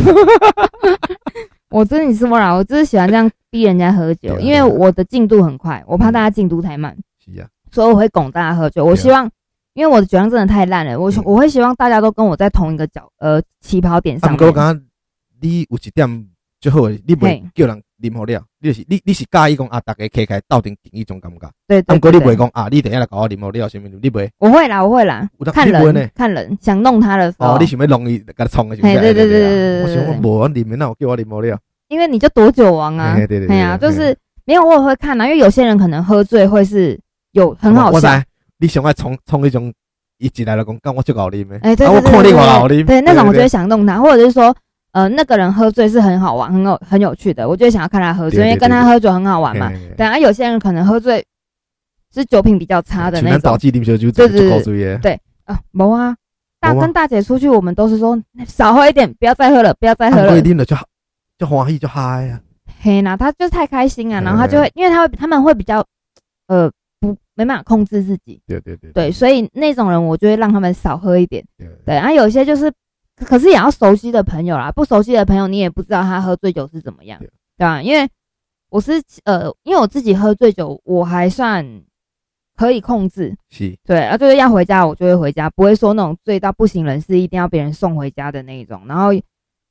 S2: *laughs* 我真的是莫啦，我就是喜欢这样逼人
S1: *laughs*
S2: 家喝酒，
S1: 对啊嗯
S2: 因为我的进度很快，我怕大家进度太慢，
S1: 是啊，
S2: 所以我会拱大家喝酒。我希望，因为我的酒量真的太烂了，我希
S1: 啊嗯
S2: 我会希望大家都跟我在同一个角呃起跑点
S1: 啊，
S2: 上
S1: 毋过我
S2: 面。
S1: 感觉你有一点最好的，你袂
S2: 嘿
S1: 叫人啉好了，你就是你你是介意讲啊，大家开开斗阵敬迄种感觉。啊，
S2: 对对
S1: 毋过你
S2: 对
S1: 袂
S2: 对，
S1: 讲啊，你等下来甲我啉好了，啥物你袂？
S2: 我会啦，我会啦，
S1: 有当
S2: 看
S1: 你袂呢
S2: 人？看人，想弄他的时
S1: 哦
S2: 候，
S1: 你，想要弄伊甲创诶，
S2: 嘿
S1: 是不是
S2: 对对对
S1: 啊
S2: 对对对
S1: 我想我无我啉，那有叫我啉好了。
S2: 因为你就躲酒王啊
S1: 嘿，对对对
S2: 哎呀，
S1: 对
S2: 就
S1: 对
S2: 是没有我也会看啊，因为有些人可能喝醉会是有很好
S1: 我知
S2: 笑，
S1: 你想爱创创迄种，伊进来就讲，讲我最够啉诶。
S2: 哎，对，
S1: 啊
S2: 对
S1: 我
S2: 对
S1: 看
S2: 对
S1: 你
S2: 对
S1: 我老啉。
S2: 对，那种我就
S1: 对
S2: 会想弄他，或者是说，呃，那个人喝醉是很好玩、很有很有趣的，我就会想要看他喝醉，
S1: 对对嗯
S2: 因为跟他喝酒很好玩
S1: 对
S2: 嘛。
S1: 嘿嘿嘿
S2: 对啊，有些人可能喝醉是酒品比较差的
S1: 像
S2: 那
S1: 咱
S2: 种
S1: 导致啉烧酒最
S2: 对对对
S1: 最够醉诶。
S2: 啊，没啊。大
S1: 没吗
S2: 跟大姐出去，我们都是说少喝一点，不要再喝了，不要再
S1: 啊，
S2: 喝
S1: 毋过伊
S2: 了。
S1: 啉了就就欢喜就嗨啊。
S2: 嘿啦，他就是太开心啊，
S1: 嗯
S2: 然后他就会，因为他会他们会比较，呃，不没办法控制自己，
S1: 对对对。
S2: 对，所以那种人我就会让他们少喝一点。
S1: 对
S2: 对，然、后有一些就是，可可是也要熟悉的朋友啦，不熟悉的朋友你也不知道他喝醉酒是怎么样
S1: 对，
S2: 对吧、因为我是呃，因为我自己喝醉酒，我还算可以控制，
S1: 是
S2: 对，啊，就是要回家我就会回家，不会说那种醉到不省人事，一定要别人送回家的那一种。然后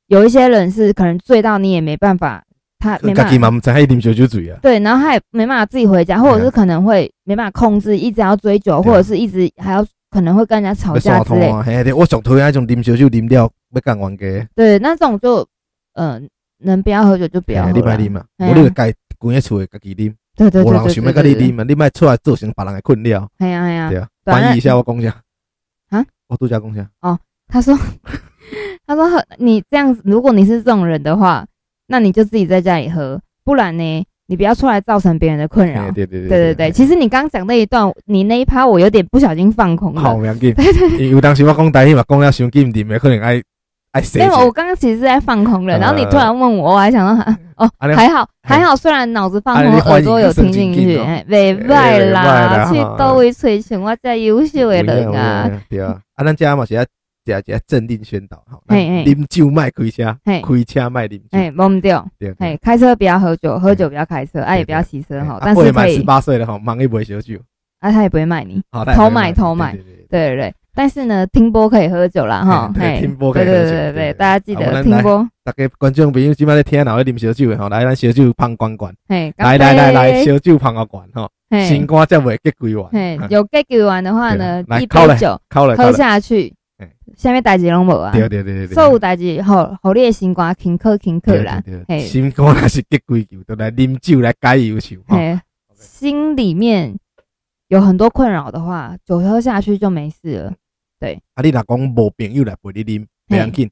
S2: 有一些人是可能醉到你也没办法，他没办
S1: 家己
S2: 法。
S1: 嘛毋知影伊啉烧酒醉啊。
S2: 对，然后他也没办法自己回家，或者是可能会没办法控制，一直要追
S1: 对啊
S2: 酒，或者是一直还要可能会跟人家吵架之类。
S1: 啊，嘿对，我上讨厌迄种啉烧酒啉了要干冤家，
S2: 对，那这种就呃，能不要喝酒就不要
S1: 嘿
S2: 喝
S1: 你莫啉
S2: 啦。
S1: 啊，
S2: 嘿
S1: 无
S2: 啊
S1: 你就家关喺厝诶，家己啉，
S2: 对对对
S1: 无
S2: 对
S1: 人
S2: 对
S1: 想要甲
S2: 对
S1: 你
S2: 对，
S1: 啉啊，你莫出来造成别人诶困扰，
S2: 哎呀哎呀
S1: 对，啊。
S2: 对啊
S1: 翻译一下我讲啥？
S2: 啊？
S1: 我拄则讲啥？
S2: 他说 *laughs* 他说喝你这样子，如果你是这种人的话，那你就自己在家里喝，不然呢，你不要出来造成别人的困扰
S1: 嘿。对对
S2: 对对对，其实你刚讲那一段，你那一趴我有点不小心放空
S1: 好
S2: 了。
S1: 不要紧，因为有当时我讲台语嘛，讲了伤紧，啉诶可能爱爱死
S2: 因为我刚刚其实是在放空了，
S1: 嗯
S2: 然后你突然问我，我还想
S1: *laughs*
S2: 到啊哦
S1: 啊，你
S2: 还好
S1: 嘿
S2: 还好，虽然脑子放
S1: 啊
S2: 空，
S1: 你
S2: 耳朵有听进
S1: 你
S2: 去，
S1: 欢
S2: 哎，袂
S1: 哎
S2: 歹
S1: 哦袂歹
S2: 啦，
S1: 啦
S2: 去
S1: 哈
S2: 倒位找像我这优秀的人啊，，
S1: 对啊。啊，咱遮嘛是要食一下政令宣导，吼，咱
S2: 嘿嘿
S1: 啉酒莫开车，
S2: 嘿
S1: 开车莫啉酒，
S2: 哎，忘不掉，
S1: 对对
S2: 哎，。开车不要喝酒，喝酒不要开车，哎，也不要骑车哈
S1: 啊，
S2: 但
S1: 未
S2: 是可
S1: 满十
S2: 以，
S1: 八岁了吼，忙去买小酒，
S2: 啊，他也不会卖你，
S1: 好，
S2: 偷买偷买
S1: 对对对
S2: 对对对，但是呢，听播可以喝酒啦哈，
S1: 对
S2: 哎，
S1: 听播可
S2: 对
S1: 以喝酒
S2: 对对
S1: 对
S2: 对，
S1: 对
S2: 大家记
S1: 好我
S2: 得
S1: 们
S2: 听
S1: 来
S2: 播，
S1: 大家观众朋友即摆咧听，然后咧啉小酒的吼，来咱小酒捧罐罐，
S2: 哎，
S1: 来来来来，小酒捧个罐吼，
S2: 嘿
S1: 新歌才袂结几
S2: 嘿
S1: 碗，，
S2: 有 get 给完的话呢
S1: 啊对，来
S2: 一
S1: 靠
S2: 杯
S1: 嘞
S2: 酒
S1: 靠来靠
S2: 喝
S1: 来，
S2: 下去
S1: 嘿，
S2: 下面代志拢无啊，
S1: 对对对对
S2: 所有
S1: 对，
S2: 代志吼，互你的心肝轻扣轻扣
S1: 对
S2: 啦，
S1: 对
S2: 嘿
S1: 对，新歌若是结几球，就来啉酒来解忧愁，吼
S2: 嘿，心里面有很多困扰的话，酒喝下去就没事了。
S1: 啊，你若讲无朋友来陪你啉，
S2: 嘿
S1: 袂要紧，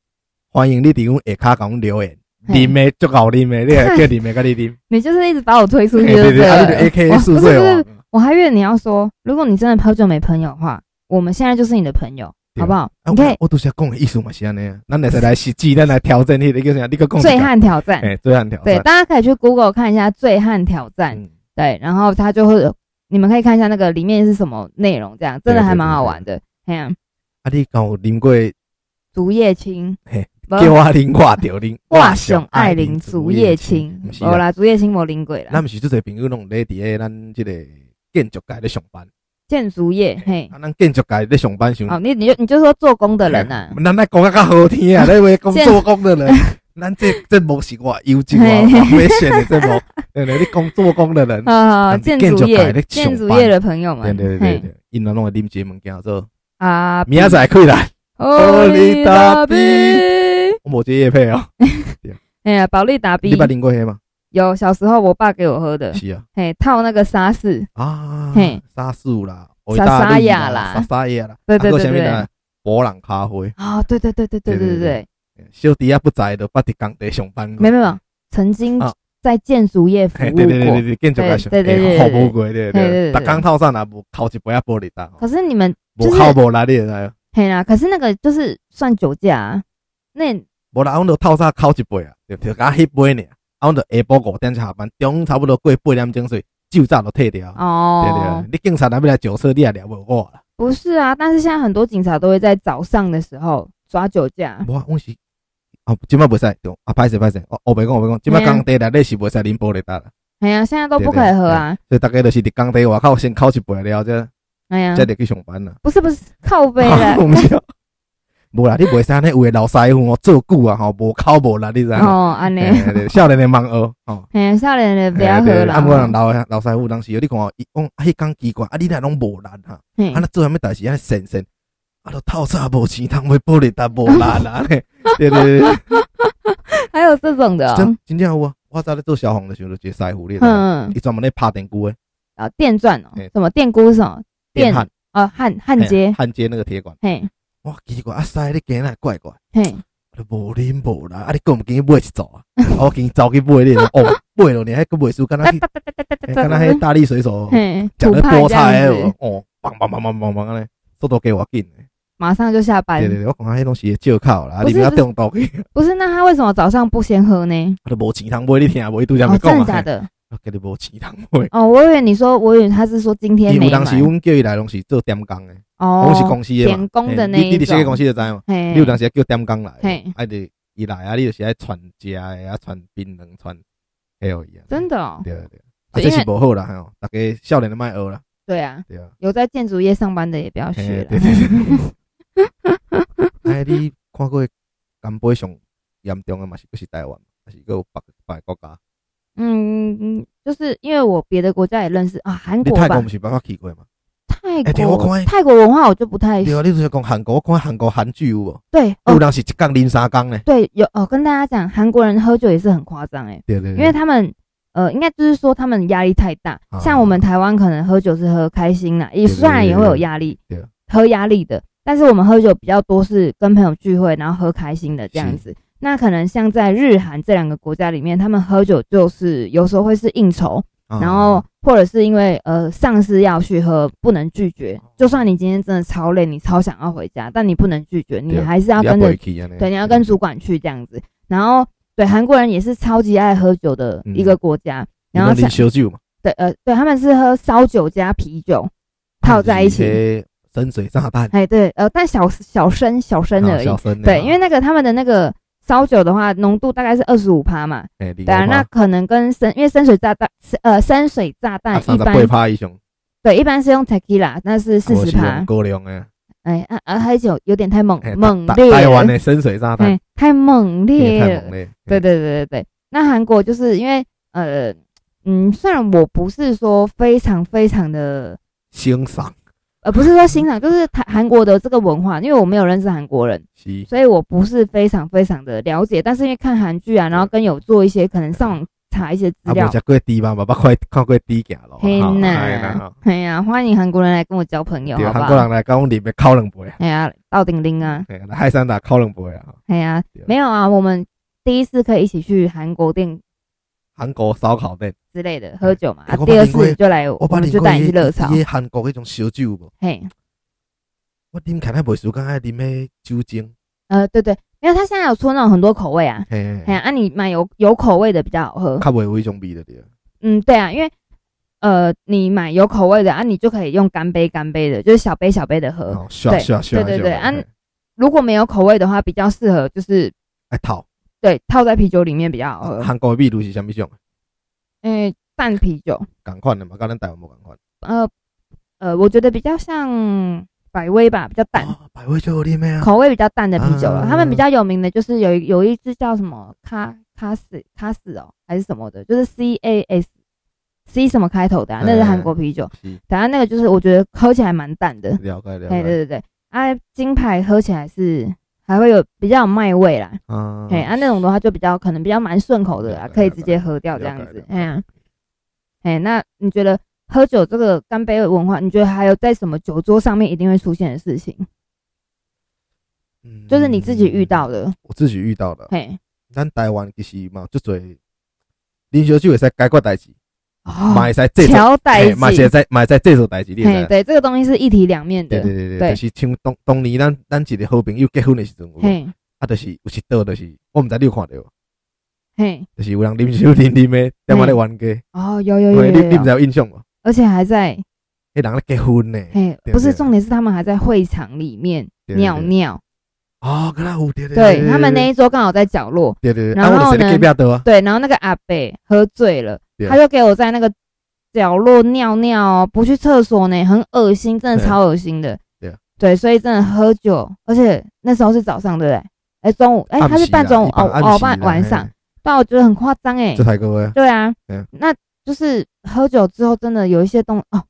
S1: 欢迎你伫阮下骹甲阮留言，
S2: 嘿
S1: 啉诶足够啉诶，你来叫啉诶甲你啉，
S2: 你就是一直把我推出去
S1: 嘿
S2: 就
S1: 对对，
S2: *laughs*
S1: 啊，你
S2: 对
S1: 就 A
S2: 了。
S1: K
S2: 哇
S1: A 宿
S2: 不是
S1: 舍
S2: 不是
S1: 王，
S2: 我还以为你要说，如果你真的好久没朋友的话，我们现在就是你的朋友，
S1: 对
S2: 好不好？
S1: 啊
S2: 你可以
S1: 我我拄则讲诶意思嘛是安尼啊，咱会使来实际，咱来调整迄个叫啥，你个讲一
S2: 醉
S1: 下
S2: 汉挑战，
S1: 哎，醉汉挑
S2: 对，
S1: 战，
S2: 大家可以去 Google 看一下醉汉挑战，
S1: 嗯，
S2: 对，然后它就会有，你们可以看一下那个里面是什么内容，这样真的
S1: 对
S2: 还
S1: 对
S2: 蛮
S1: 对
S2: 好
S1: 对
S2: 玩的。哎呀，
S1: 啊，你敢有啉过
S2: 呃竹叶青
S1: 嘿，
S2: 不
S1: 叫我啉我着啉，
S2: 我上爱啉竹叶青
S1: 毋，是
S2: 无
S1: 啦，
S2: 啦，竹叶青无啉过啦
S1: 咱。毋是即个朋友拢咧伫咧咱即个建筑界咧上班，
S2: 建筑业，嘿，
S1: 啊，咱建筑界咧上班想
S2: 哦，你你就你就说做工的人呐、
S1: 咱来讲啊较好听啊，你话讲
S2: 这
S1: 做工的
S2: *laughs*
S1: 人，咱这这目是我优质我
S2: 嘿
S1: 我没选的这目，对对，你讲做工的人，
S2: 啊、
S1: 咱
S2: 建
S1: 们嗯建
S2: 筑
S1: 筑
S2: 业
S1: 改的
S2: 建筑
S1: 上班
S2: 业的朋友
S1: 对
S2: 们，
S1: 对对对，因拢会啉这物件做，
S2: 嘿啊，
S1: 明仔载开来，
S2: 保利达比，
S1: 我无这叶配哦，
S2: 哎呀，保利达
S1: 你
S2: 比
S1: 捌啉过迄吗？
S2: 有小时候我爸给我喝的，
S1: 是啊，
S2: 嘿，套那个沙士，
S1: 啊
S2: 嘿，
S1: 沙树啦，
S2: 沙沙亚
S1: 啦，
S2: 啦
S1: 沙沙亚啦，
S2: 对对
S1: 啊还有
S2: 对
S1: 什么
S2: 对
S1: 呢博朗咖啡，
S2: 啊、对对对对对对对
S1: 对对对
S2: 对，
S1: 小弟啊不在的，捌伫工地上班过，
S2: 没没有，曾经
S1: 啊
S2: 在建筑业服
S1: 嘿，
S2: 务
S1: 对对对对
S2: 过，
S1: 对，建筑界上哎
S2: 对对对对
S1: 好无过，对对
S2: 嘿对对
S1: 对，
S2: 对
S1: 逐工透上也无靠一杯啊玻璃蛋，
S2: 可是你们
S1: 无靠无力你会知道吗
S2: 嘿啦，可是那个就是算酒驾、啊，那
S1: 无啦，阮就透早烤一杯啊，对对，甲迄杯尔，啊，阮就下晡五点才下班，中午差不多过八点钟水，酒早就退掉。啊对对
S2: 哦
S1: 对，，你警察若要来酒车，你也掠无我啦。
S2: 不是啊，但是现在很多警察都会在早上的时候抓酒驾。
S1: 无啊，阮是哦，即摆袂使，对，啊，歹势歹势，我我袂讲我袂讲，即摆工地内底是袂使啉玻璃蛋啦，
S2: 哎呀，现在都不可以喝啊！
S1: 所以大家就是伫工地外口先烤一杯了，则
S2: 哎呀
S1: 则，入去上班啦。 *laughs*
S2: 不是不是，靠背了。
S1: 唔是啊，无啦，你袂使安尼有诶老师傅哦，做久啊吼，无口无力，你知影？
S2: 哦，安尼，
S1: 嘿对对少年诶盲学
S2: *laughs*
S1: 吼。
S2: 哎呀，少年人不要
S1: 嘿哦对
S2: 喝
S1: 对啊，毋过人
S2: 啦。
S1: 老的老师傅当时有你看哦，伊讲啊，迄工奇怪，啊，你若拢无力哈，
S2: 嘿
S1: 啊，那做啥物代志安尼神神，啊，都透早无钱通买玻璃达无力啦咧， *laughs* 对对对，
S2: 还有这种的哦，
S1: 真真正有啊，我早咧做消防的时候，就一个师傅咧，
S2: 嗯，
S1: 伊专门咧拍电锯诶，
S2: 啊，电钻哦
S1: 嘿，
S2: 什么电箍是什么
S1: 哎电焊哎
S2: 啊，焊焊接
S1: 嘿，焊接那个铁管，
S2: 嘿，
S1: 哇，奇怪，啊，师傅你今仔怪怪。
S2: 嘿，
S1: 就无啉无啦，啊你讲毋紧买一组
S2: *laughs*
S1: 啊，啊我紧走去买咧，哦买了呢，还佫袂输，敢若
S2: 哒 *laughs*
S1: 去，
S2: 哒哒哒哒哒
S1: 嘿敢
S2: 哒
S1: 若迄大力水手
S2: 嘿，
S1: 食
S2: 土
S1: 咧
S2: 派
S1: 菠
S2: 这
S1: 菜
S2: 样
S1: 的有
S2: 子，
S1: 哦，梆梆梆梆梆梆安尼，速度加偌紧的，
S2: 马上就下班
S1: 对。对对，我讲迄拢是借口啦，啊你
S2: 不哎是
S1: 们要中毒去，
S2: 不是，那他为什么早上不先喝呢？
S1: 啊都无钱通买，你听无伊拄则
S2: 哦，
S1: 咪
S2: 真
S1: 讲
S2: 的
S1: 啊，
S2: 假
S1: 嘿我
S2: 的？
S1: 今日无钱通买，
S2: 哦，我以为你说，我以为他是说今天
S1: 因为
S2: 没
S1: 有当时
S2: 买。
S1: 阮叫伊来拢是做点工的，
S2: 哦
S1: 拢，是公司的嘛
S2: 点，工的
S1: 嘿
S2: 那
S1: 你
S2: 一
S1: 你伫设计公
S2: 种。
S1: 司就知嘛，
S2: 嘿
S1: 你有当时叫点工来
S2: 嘿，
S1: 啊你伊来啊，你就是爱传食的啊，传槟榔，传迄个伊啊。
S2: 真的哦，
S1: 对啊对啊，啊
S2: 对
S1: 这
S2: 因为
S1: 是无好啦，吼，大家少年的莫学啦，
S2: 对啊，
S1: 对啊，
S2: 有在建筑业上班的也不要学
S1: 嘿
S2: 了
S1: 哎对。对对。 *laughs* 哎，你看过干杯上严重的嘛是就是台湾，还是还有别别的国家？
S2: 嗯嗯，就是因为我别的国家也认识啊，韩
S1: 你
S2: 国
S1: 泰国
S2: 吧
S1: 毋，是捌捌去过嘛？
S2: 泰泰
S1: 哎对我
S2: 国
S1: 看
S2: 泰国文化我就不太
S1: 对啊，你就是讲韩国，我看韩国韩剧有无？
S2: 对
S1: 有
S2: 哎哦，
S1: 人是一工啉三工呢。
S2: 对有哦，跟大家讲，韩国人喝酒也是很夸张哎，
S1: 对对
S2: 因为他们呃，应该就是说他们压力太大
S1: 啊，
S2: 像我们台湾可能喝酒是喝开心啦，也
S1: 对对
S2: 虽然也会有
S1: 对
S2: 压力
S1: 对啊，
S2: 喝压力的，但是我们喝酒比较多是跟朋友聚会，然后喝开心的这样
S1: 是
S2: 子。那可能像在日韩这两个国家里面，他们喝酒就是有时候会是应酬，
S1: 啊
S2: 然后或者是因为呃上司要去喝，不能拒绝。
S1: 哦
S2: 就算你今天真的超累，你超想要回家，但你不能拒绝，你
S1: 对啊
S2: 还是要
S1: 你也
S2: 跟
S1: 不
S2: 着
S1: 会去安尼
S2: 对，你要跟主管去这样子。然后对韩国人也是超级爱喝酒的一个国家，然后
S1: 嗯你们啉烧
S2: 像
S1: 酒嘛，
S2: 对呃对他们是喝烧酒加啤
S1: 嗯
S2: 酒泡在一起，，
S1: 深水炸弹，
S2: 哎对呃但小小升小升
S1: 啊
S2: 而已
S1: 小，生的
S2: 对，
S1: 啊
S2: 因为那个他们的那个烧酒的话浓度大概是二十五趴嘛，
S1: 哎，对
S2: 对啊，那可能跟深因为深水炸弹呃深水炸弹
S1: 啊三
S2: 一
S1: 十
S2: 般
S1: 八趴以上，啊
S2: 对一般是用 tequila，那是四
S1: 我
S2: 十
S1: 是用
S2: 趴，
S1: 高粱的，
S2: 哎啊啊黑酒有点太猛
S1: 嘿
S2: 猛
S1: 哎台
S2: 烈
S1: 台湾
S2: 了，
S1: 的深水炸弹
S2: 哎太猛
S1: 也
S2: 烈
S1: 太
S2: 了
S1: 猛。烈，哎
S2: 对对对对对。那韩国就是因为呃嗯，虽然我不是说非常非常的
S1: 欣赏
S2: 呃，不是说欣赏，就是台韩国的这个文化，因为我没有认识韩国人，
S1: 是
S2: 所以我不是非常非常的了解。但是因为看韩剧啊，然后跟有做一些可能上网查一些资
S1: 啊，
S2: 料
S1: 无。食过猪嘛，嘛捌看看过猪行咯。
S2: 嘿
S1: 哈
S2: 呐
S1: 哎呐
S2: 哎呀，欢迎韩国人来跟我交朋友，
S1: 对
S2: 好不
S1: 韩国人
S2: 好？
S1: 来讲，里面烤两杯啊，
S2: 哎呀，到顶顶啊！
S1: 嘿来海山打烤两杯啊。
S2: 哎呀
S1: 对啊，
S2: 没有啊，我们第一次可以一起去韩国店
S1: 韩国烧烤店，
S2: 之类的喝酒嘛。
S1: 哎
S2: 啊
S1: 我
S2: 第二
S1: 捌啉过
S2: 次就来，我
S1: 捌
S2: 们
S1: 啉
S2: 就
S1: 过
S2: 带你去热炒。
S1: 伊韩国迄种烧酒无，
S2: 嘿，
S1: 我啉起来袂输，敢爱啉迄酒精。
S2: 呃，对对，没有，它现在有出那种很多口味啊。
S1: 嘿，
S2: 哎呀，啊，你买有有口味的比较好喝。
S1: 较袂有迄种味的对了。
S2: 嗯，对啊，因为呃，你买有口味的啊，你就可以用干杯干杯的，就是小杯小杯的喝。
S1: 哦，刷刷刷，
S2: 对对对啊
S1: 嘿
S2: 如果没有口味的话，比较适合就是
S1: 哎，头
S2: 对泡在啤酒里面比较好喝。
S1: 韩国的秘鲁是啥物种？
S2: 诶、淡啤酒，
S1: 共款的嘛，甲咱台湾无共款。
S2: 呃呃，我觉得比较像百威吧，比较淡。
S1: 哦百威就有啉咩啊？
S2: 口味比较淡的啤酒了。
S1: 啊
S2: 他们比较有名的就是有一有一支叫什么卡卡斯卡斯哦，还是什么的，就是 C A S C 什么开头的、啊，那是
S1: 嗯
S2: 韩国啤酒。
S1: 是
S2: 反正那个就是我觉得喝起来蛮淡的。
S1: 了解了
S2: 哎，对
S1: 解。
S2: 对对，啊，金牌喝起来是还会有比较有麦味啦。
S1: 啊
S2: 哎，啊那种的话就比较可能比较蛮顺口的
S1: 了
S2: 啊，
S1: 解
S2: 可以直接喝掉这样
S1: 了解
S2: 子
S1: 了。解
S2: 哎呀，哎，那你觉得喝酒这个干杯文化，你觉得还有在什么酒桌上面一定会出现的事情？
S1: 嗯
S2: 就是你自己遇到的，
S1: 我自己遇到的。
S2: 嘿。
S1: 咱台湾其实嘛，足侪啉烧酒会使解决代志，嘛
S2: 哦，
S1: 会使制作，
S2: 桥代
S1: 嘿嘛是会
S2: 际，
S1: 使嘛会使制作代志，你会
S2: 嘿，
S1: 知？
S2: 对，这个东西是一体两面
S1: 对
S2: 的，
S1: 对对对，
S2: 对
S1: 就是像当当年咱咱一个好朋友结婚的时阵，有无
S2: 嘿，
S1: 啊，就是有一道就是我毋知你有看到无，
S2: 嘿，
S1: 就是有人啉酒啉啉的，踮我咧冤家，
S2: 哦，有有有
S1: 喂你
S2: 有
S1: 你毋知
S2: 有，
S1: 有印象无？
S2: 而且还在，
S1: 迄人咧结婚呢，
S2: 嘿，
S1: 对
S2: 不是
S1: 对
S2: 重点是他们还在会场里面
S1: 对对
S2: 尿
S1: 对
S2: 尿，
S1: 哦，跟他有对
S2: 对他们那，一桌刚好在角落，
S1: 对对对对对，
S2: 然
S1: 啊，我就
S2: 后
S1: 是
S2: 呢
S1: 咧隔壁桌啊，
S2: 对，然后那个阿伯喝醉了，
S1: 对
S2: 他就给我在那个角落尿尿哦，不去厕所呢，很恶心，真的
S1: 对
S2: 超恶心的
S1: 对啊，
S2: 对，所以真的喝酒，而且那时候是早上对不对？哎，中午，哎，
S1: 暗
S2: 他是
S1: 时
S2: 半
S1: 啦
S2: 中午
S1: 一
S2: 哦
S1: 般暗
S2: 哦
S1: 时
S2: 半
S1: 啦
S2: 晚
S1: 嘿
S2: 上，但我觉得很夸张哎
S1: 这，才个啊，
S2: 对啊，
S1: 嗯
S2: 那就是喝酒之后，真的有一些东哦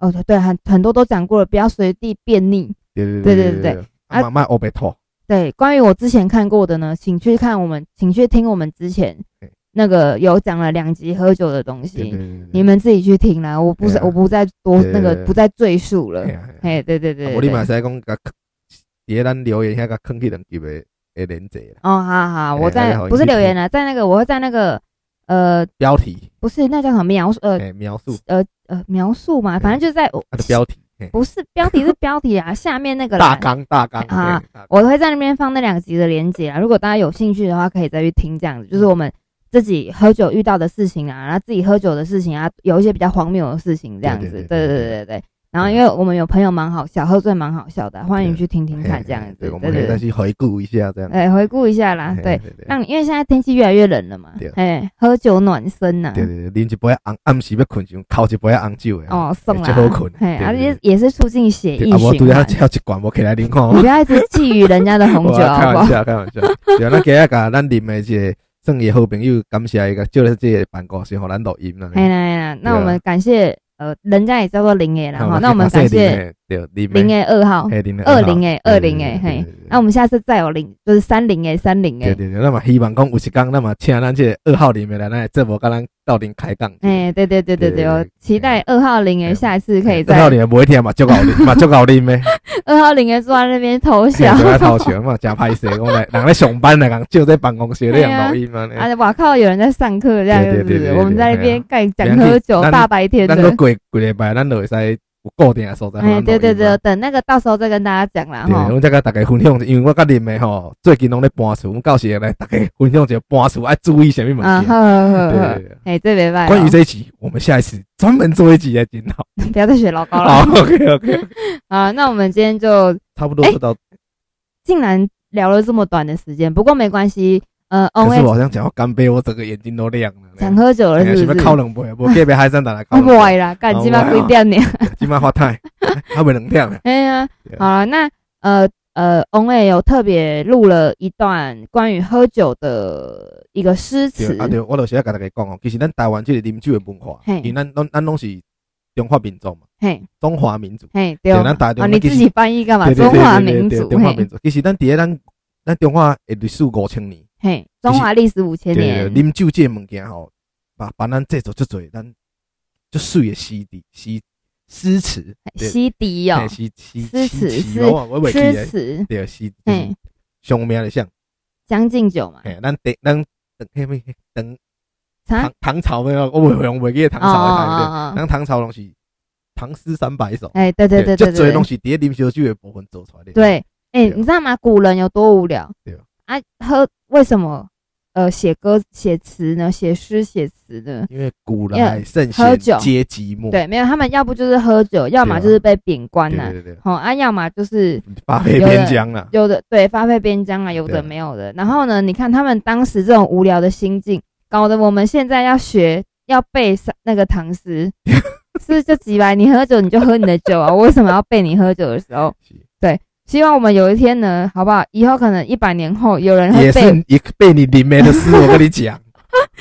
S2: 哦，对，很很多都讲过了，不要随地便溺。
S1: 对对
S2: 对对
S1: 对
S2: 对
S1: 对，
S2: 啊
S1: 啊，慢慢欧白吐，
S2: 对，关于我之前看过的呢，请去看我们，请去听我们之前
S1: 对
S2: 那个有讲了两集喝酒的东
S1: 对对
S2: 西，
S1: 对，
S2: 你们自己去听啦，我不是
S1: 对啊
S2: 我不再多
S1: 对
S2: 那个
S1: 对对
S2: 不再赘述了
S1: 嘿。啊，嘿啊
S2: 哎，对对对，
S1: 啊
S2: 对
S1: 无你嘛
S2: 对
S1: 会使讲甲，伫咧咱留言遐甲坑去两集的的连接啦，
S2: 哦，好好，我
S1: 哎大
S2: 在
S1: 家好
S2: 不是
S1: 你去
S2: 留言啦，在那个我会在那个呃，
S1: 标题，
S2: 不是那叫什么描述呃
S1: 诶，描述
S2: 呃呃描述嘛，反正就是在
S1: 哎啊它的标题，嘿
S2: 不是标题是标题啊，下面那个
S1: 大
S2: 啦。
S1: 纲大纲
S2: 啊，
S1: 嘿大纲
S2: 我会在那边放那两集的连接啊，如果大家有兴趣的话，可以再去听这样子，就是
S1: 嗯
S2: 我们自己喝酒遇到的事情啊，然后自己喝酒的事情啊，有一些比较荒谬的事情这样子，
S1: 对
S2: 对
S1: 对
S2: 对
S1: 对
S2: 对
S1: 对
S2: 对对。然后因为我们有朋友蛮好笑，喝醉蛮好笑的，欢迎去听听看这样
S1: 嘿嘿
S2: 子，
S1: 对，我
S2: 对
S1: 们可以再
S2: 对。
S1: 去回顾一下这样，
S2: 哎，回顾一下啦
S1: 嘿，
S2: 对，
S1: 对对
S2: 让你因为现在天气越来越冷了嘛
S1: 对，
S2: 哎，喝酒暖身呐，
S1: 对对对，啉一杯红，暗时要困时靠一杯红酒的，
S2: 哦，送啦
S1: 就好困，，
S2: 哎，而
S1: 对
S2: 且也是促进血
S1: 对
S2: 液
S1: 啊，我拄
S2: 循
S1: 则
S2: 环。
S1: 只要一罐，我起来啉看
S2: 你 *laughs*
S1: 哦。
S2: 不要一直觊觎人家的红酒，
S1: *laughs*
S2: 啊
S1: 我开
S2: 好不
S1: 玩
S2: 好？
S1: 笑，开玩笑。 *laughs* 对，咱今日甲咱啉的一个算伊好朋友，感谢伊个，借了这个办公室，互咱录音啦。
S2: 嘿啦嘿啦，
S1: 嗯对
S2: 那
S1: 啊
S2: 我们感谢呃，人家也叫做零 A 啦哈。那我们
S1: 啊
S2: 感
S1: 所以
S2: 谢
S1: 零对
S2: 零 A 二号、
S1: 嘿零
S2: 二零 A、二零 A
S1: 诶，
S2: 嘿
S1: 对。
S2: 那我们下次再有零，就是三零 A、三零
S1: 对
S2: A。
S1: 对对，那么希望讲有一天，那么请咱这个二号里面来，咱的节目跟咱斗阵开讲。
S2: 哎，对对对对对，哦
S1: 对哎
S2: 期待二号零 A 下一次可以
S1: 二号
S2: 在
S1: 里面不会听嘛，足够
S2: *laughs*
S1: 啉嘛，足够啉咩？
S2: 二号零 A 坐在那边偷笑。
S1: 嘿就
S2: *laughs*
S1: 在偷笑嘛，真歹势，讲来人咧上班来讲，就在办公室咧用录音嘛。
S2: 啊，哇靠！有人在上课，这样
S1: 哎对对
S2: 是不
S1: 对对
S2: 是？
S1: 对
S2: 我们在那边干讲
S1: 对啊
S2: 喝酒，
S1: 咱
S2: 大白天
S1: 咱都
S2: 的。
S1: 过几礼拜，咱就会使有固定的所在。
S2: 哎，对对啊对，。等那个到时候再跟大家讲啦
S1: 对，
S2: 哈。
S1: 我再甲大家分享一下，因为我甲林妹吼，最近拢咧搬厝，阮到时会来大家分享一下搬厝爱注意啥物物
S2: 啊，
S1: 件。
S2: 呵呵
S1: 对
S2: 呵
S1: 对
S2: 呵，
S1: 对。
S2: 哎，这没办法。
S1: 关于这一集，我们下一次专门做一集来检讨。
S2: 不要再学老高
S1: *laughs*
S2: 了
S1: 好。，OK OK，
S2: 啊，那我们今天就
S1: 哦差不多就到。
S2: 竟然聊了这么短的时间，不过没关系。呃，on
S1: 可是
S2: air
S1: 我好像讲到干杯，我整个眼睛都亮了。
S2: 想喝酒了
S1: 哎呀
S2: 是
S1: 是不
S2: 不是
S1: 是？靠两杯，无隔壁海山打来
S2: *laughs*
S1: 靠
S2: 啊，
S1: 两
S2: 不
S1: 杯。
S2: 会啦，干
S1: 啊
S2: 鸡巴
S1: 我
S2: 规定你。
S1: 今晚发太， *laughs* 还袂能跳呢。
S2: 哎呀
S1: 对，
S2: 好了，那呃呃，on air 有特别录了一段关于喝酒的一个诗词
S1: 对，啊对，我就是要甲大家讲哦，其实咱台湾这个啉酒的文化，
S2: 嘿
S1: 因为咱咱咱拢是中华民族嘛，
S2: 嘿
S1: 中华民族。
S2: 嘿，对
S1: 对咱打中
S2: 啊，你自
S1: 其实
S2: 己翻译干嘛？
S1: 对对
S2: 中
S1: 对
S2: 华
S1: 对对
S2: 民
S1: 对
S2: 族，
S1: 中华
S2: 嘿
S1: 民族。其实咱伫咧咱咱中华的历史五千年，
S2: 嘿，中华历史五千
S1: 对对，
S2: 年，
S1: 啉酒这个物件吼，把把咱制作足侪咱足水的诗地诗诗词，对
S2: 西迪哦
S1: 嘿，诗诗
S2: 诗词
S1: 词
S2: 诗
S1: 哦，我袂记
S2: 诗
S1: 诶，
S2: 词，
S1: 对诗
S2: 嘿，
S1: 上面的像，
S2: 将进酒嘛，
S1: 嘿，咱第咱等迄物等
S2: 啥
S1: 唐？唐朝的哦，我袂用袂记得唐
S2: 哦
S1: 朝的台语对。
S2: 哦哦，
S1: 咱唐朝拢是唐诗三百首，
S2: 哎，对对对对
S1: 足侪
S2: 对
S1: 拢，是伫咧啉烧酒的部分做出来的。
S2: 对，哎、
S1: 对啊
S2: 你知道吗？古人有多无聊？
S1: 对啊
S2: 啊，喝为什么呃写歌写词呢？写诗写词呢？
S1: 因为古来圣
S2: 喝
S1: 贤
S2: 酒
S1: 皆寂寞。
S2: 对，没有，他们要不就是喝酒，要么
S1: 对啊
S2: 就是被贬官
S1: 对
S2: 呐、
S1: 对对对，
S2: 好啊，要么就是
S1: 发配边疆啊啦，
S2: 有的对发配边疆啊，有
S1: 对
S2: 的
S1: 啊
S2: 没有的。然后呢，你看他们当时这种无聊的心境，搞得我们现在要学要背三那个
S1: *laughs*
S2: 唐诗，是不是就几百？你喝酒你就喝你的酒啊，我为什么要背你喝酒的时候？
S1: 是
S2: 希望我们有一天呢，好不好？以后可能一百年后有人会
S1: 也
S2: 背
S1: 是也被你淋梅的诗，我跟你
S2: *laughs*
S1: 讲。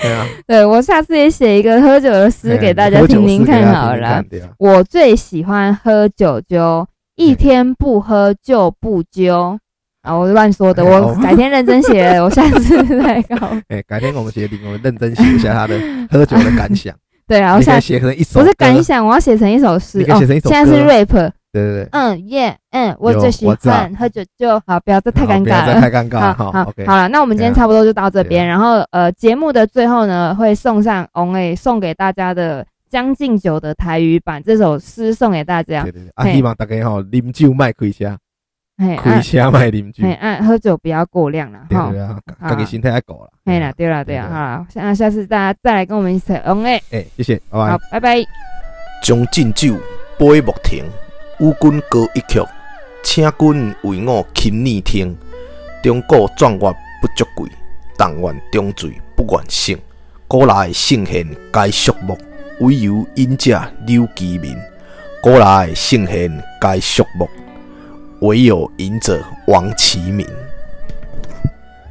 S1: 对啊，
S2: 对我下次也写一个喝酒的
S1: 哎
S2: 诗给大家听听看好了。
S1: 对啊，
S2: 我最喜欢喝酒酒，一天不喝就不揪。啊，我乱说的，
S1: 哎
S2: 我
S1: 哦
S2: 改天认真写了，我下次再
S1: *laughs*
S2: 搞。
S1: 哎，改天我们写林，我们认真写一下他的喝酒的感
S2: *laughs*
S1: 想。
S2: 对啊，我
S1: 你可
S2: 下
S1: 以写成一首
S2: 我
S1: 歌，
S2: 是感想，我要写成一首诗
S1: 你可以
S2: 哦
S1: 写。成一首
S2: 现
S1: 歌。
S2: 在是 rap，
S1: 对对对，
S2: 嗯耶，嗯，我
S1: 有
S2: 最喜
S1: 我知道
S2: 欢喝酒就好，不要再太
S1: 好
S2: 尴
S1: 不要
S2: 尬了
S1: 再。太尴尬了。
S2: 好
S1: 啊好
S2: 好
S1: ，OK，
S2: 好了，那我们今天
S1: 对啊
S2: 差不多就到这
S1: 对
S2: 边。
S1: 啊
S2: 然后呃，节目的最后呢，会送上 On A 送给大家的《将进酒》的台语版这首诗送给大家
S1: 对。对对，啊，
S2: 嘿
S1: 希望大家吼，啉酒卖开车，
S2: 嘿，
S1: 开
S2: 按
S1: 车卖啉酒
S2: 嘿，。按喝酒不要过量了
S1: 对
S2: 哈
S1: 对。对啊，家己身体爱顾啦。
S2: 嘿啦，对啦，对啦，
S1: 对对
S2: 好啦，那下次大家再来跟我们一起 On A，
S1: 哎，谢谢，拜拜
S2: 好。，拜拜。
S3: 将进酒，杯莫停，与君歌一曲，请君为我倾耳听。中国壮乐不足贵，但愿中醉不愿醒。古来圣贤皆肃穆，唯有饮者留其名。古来圣贤皆肃穆，唯有饮者亡其名。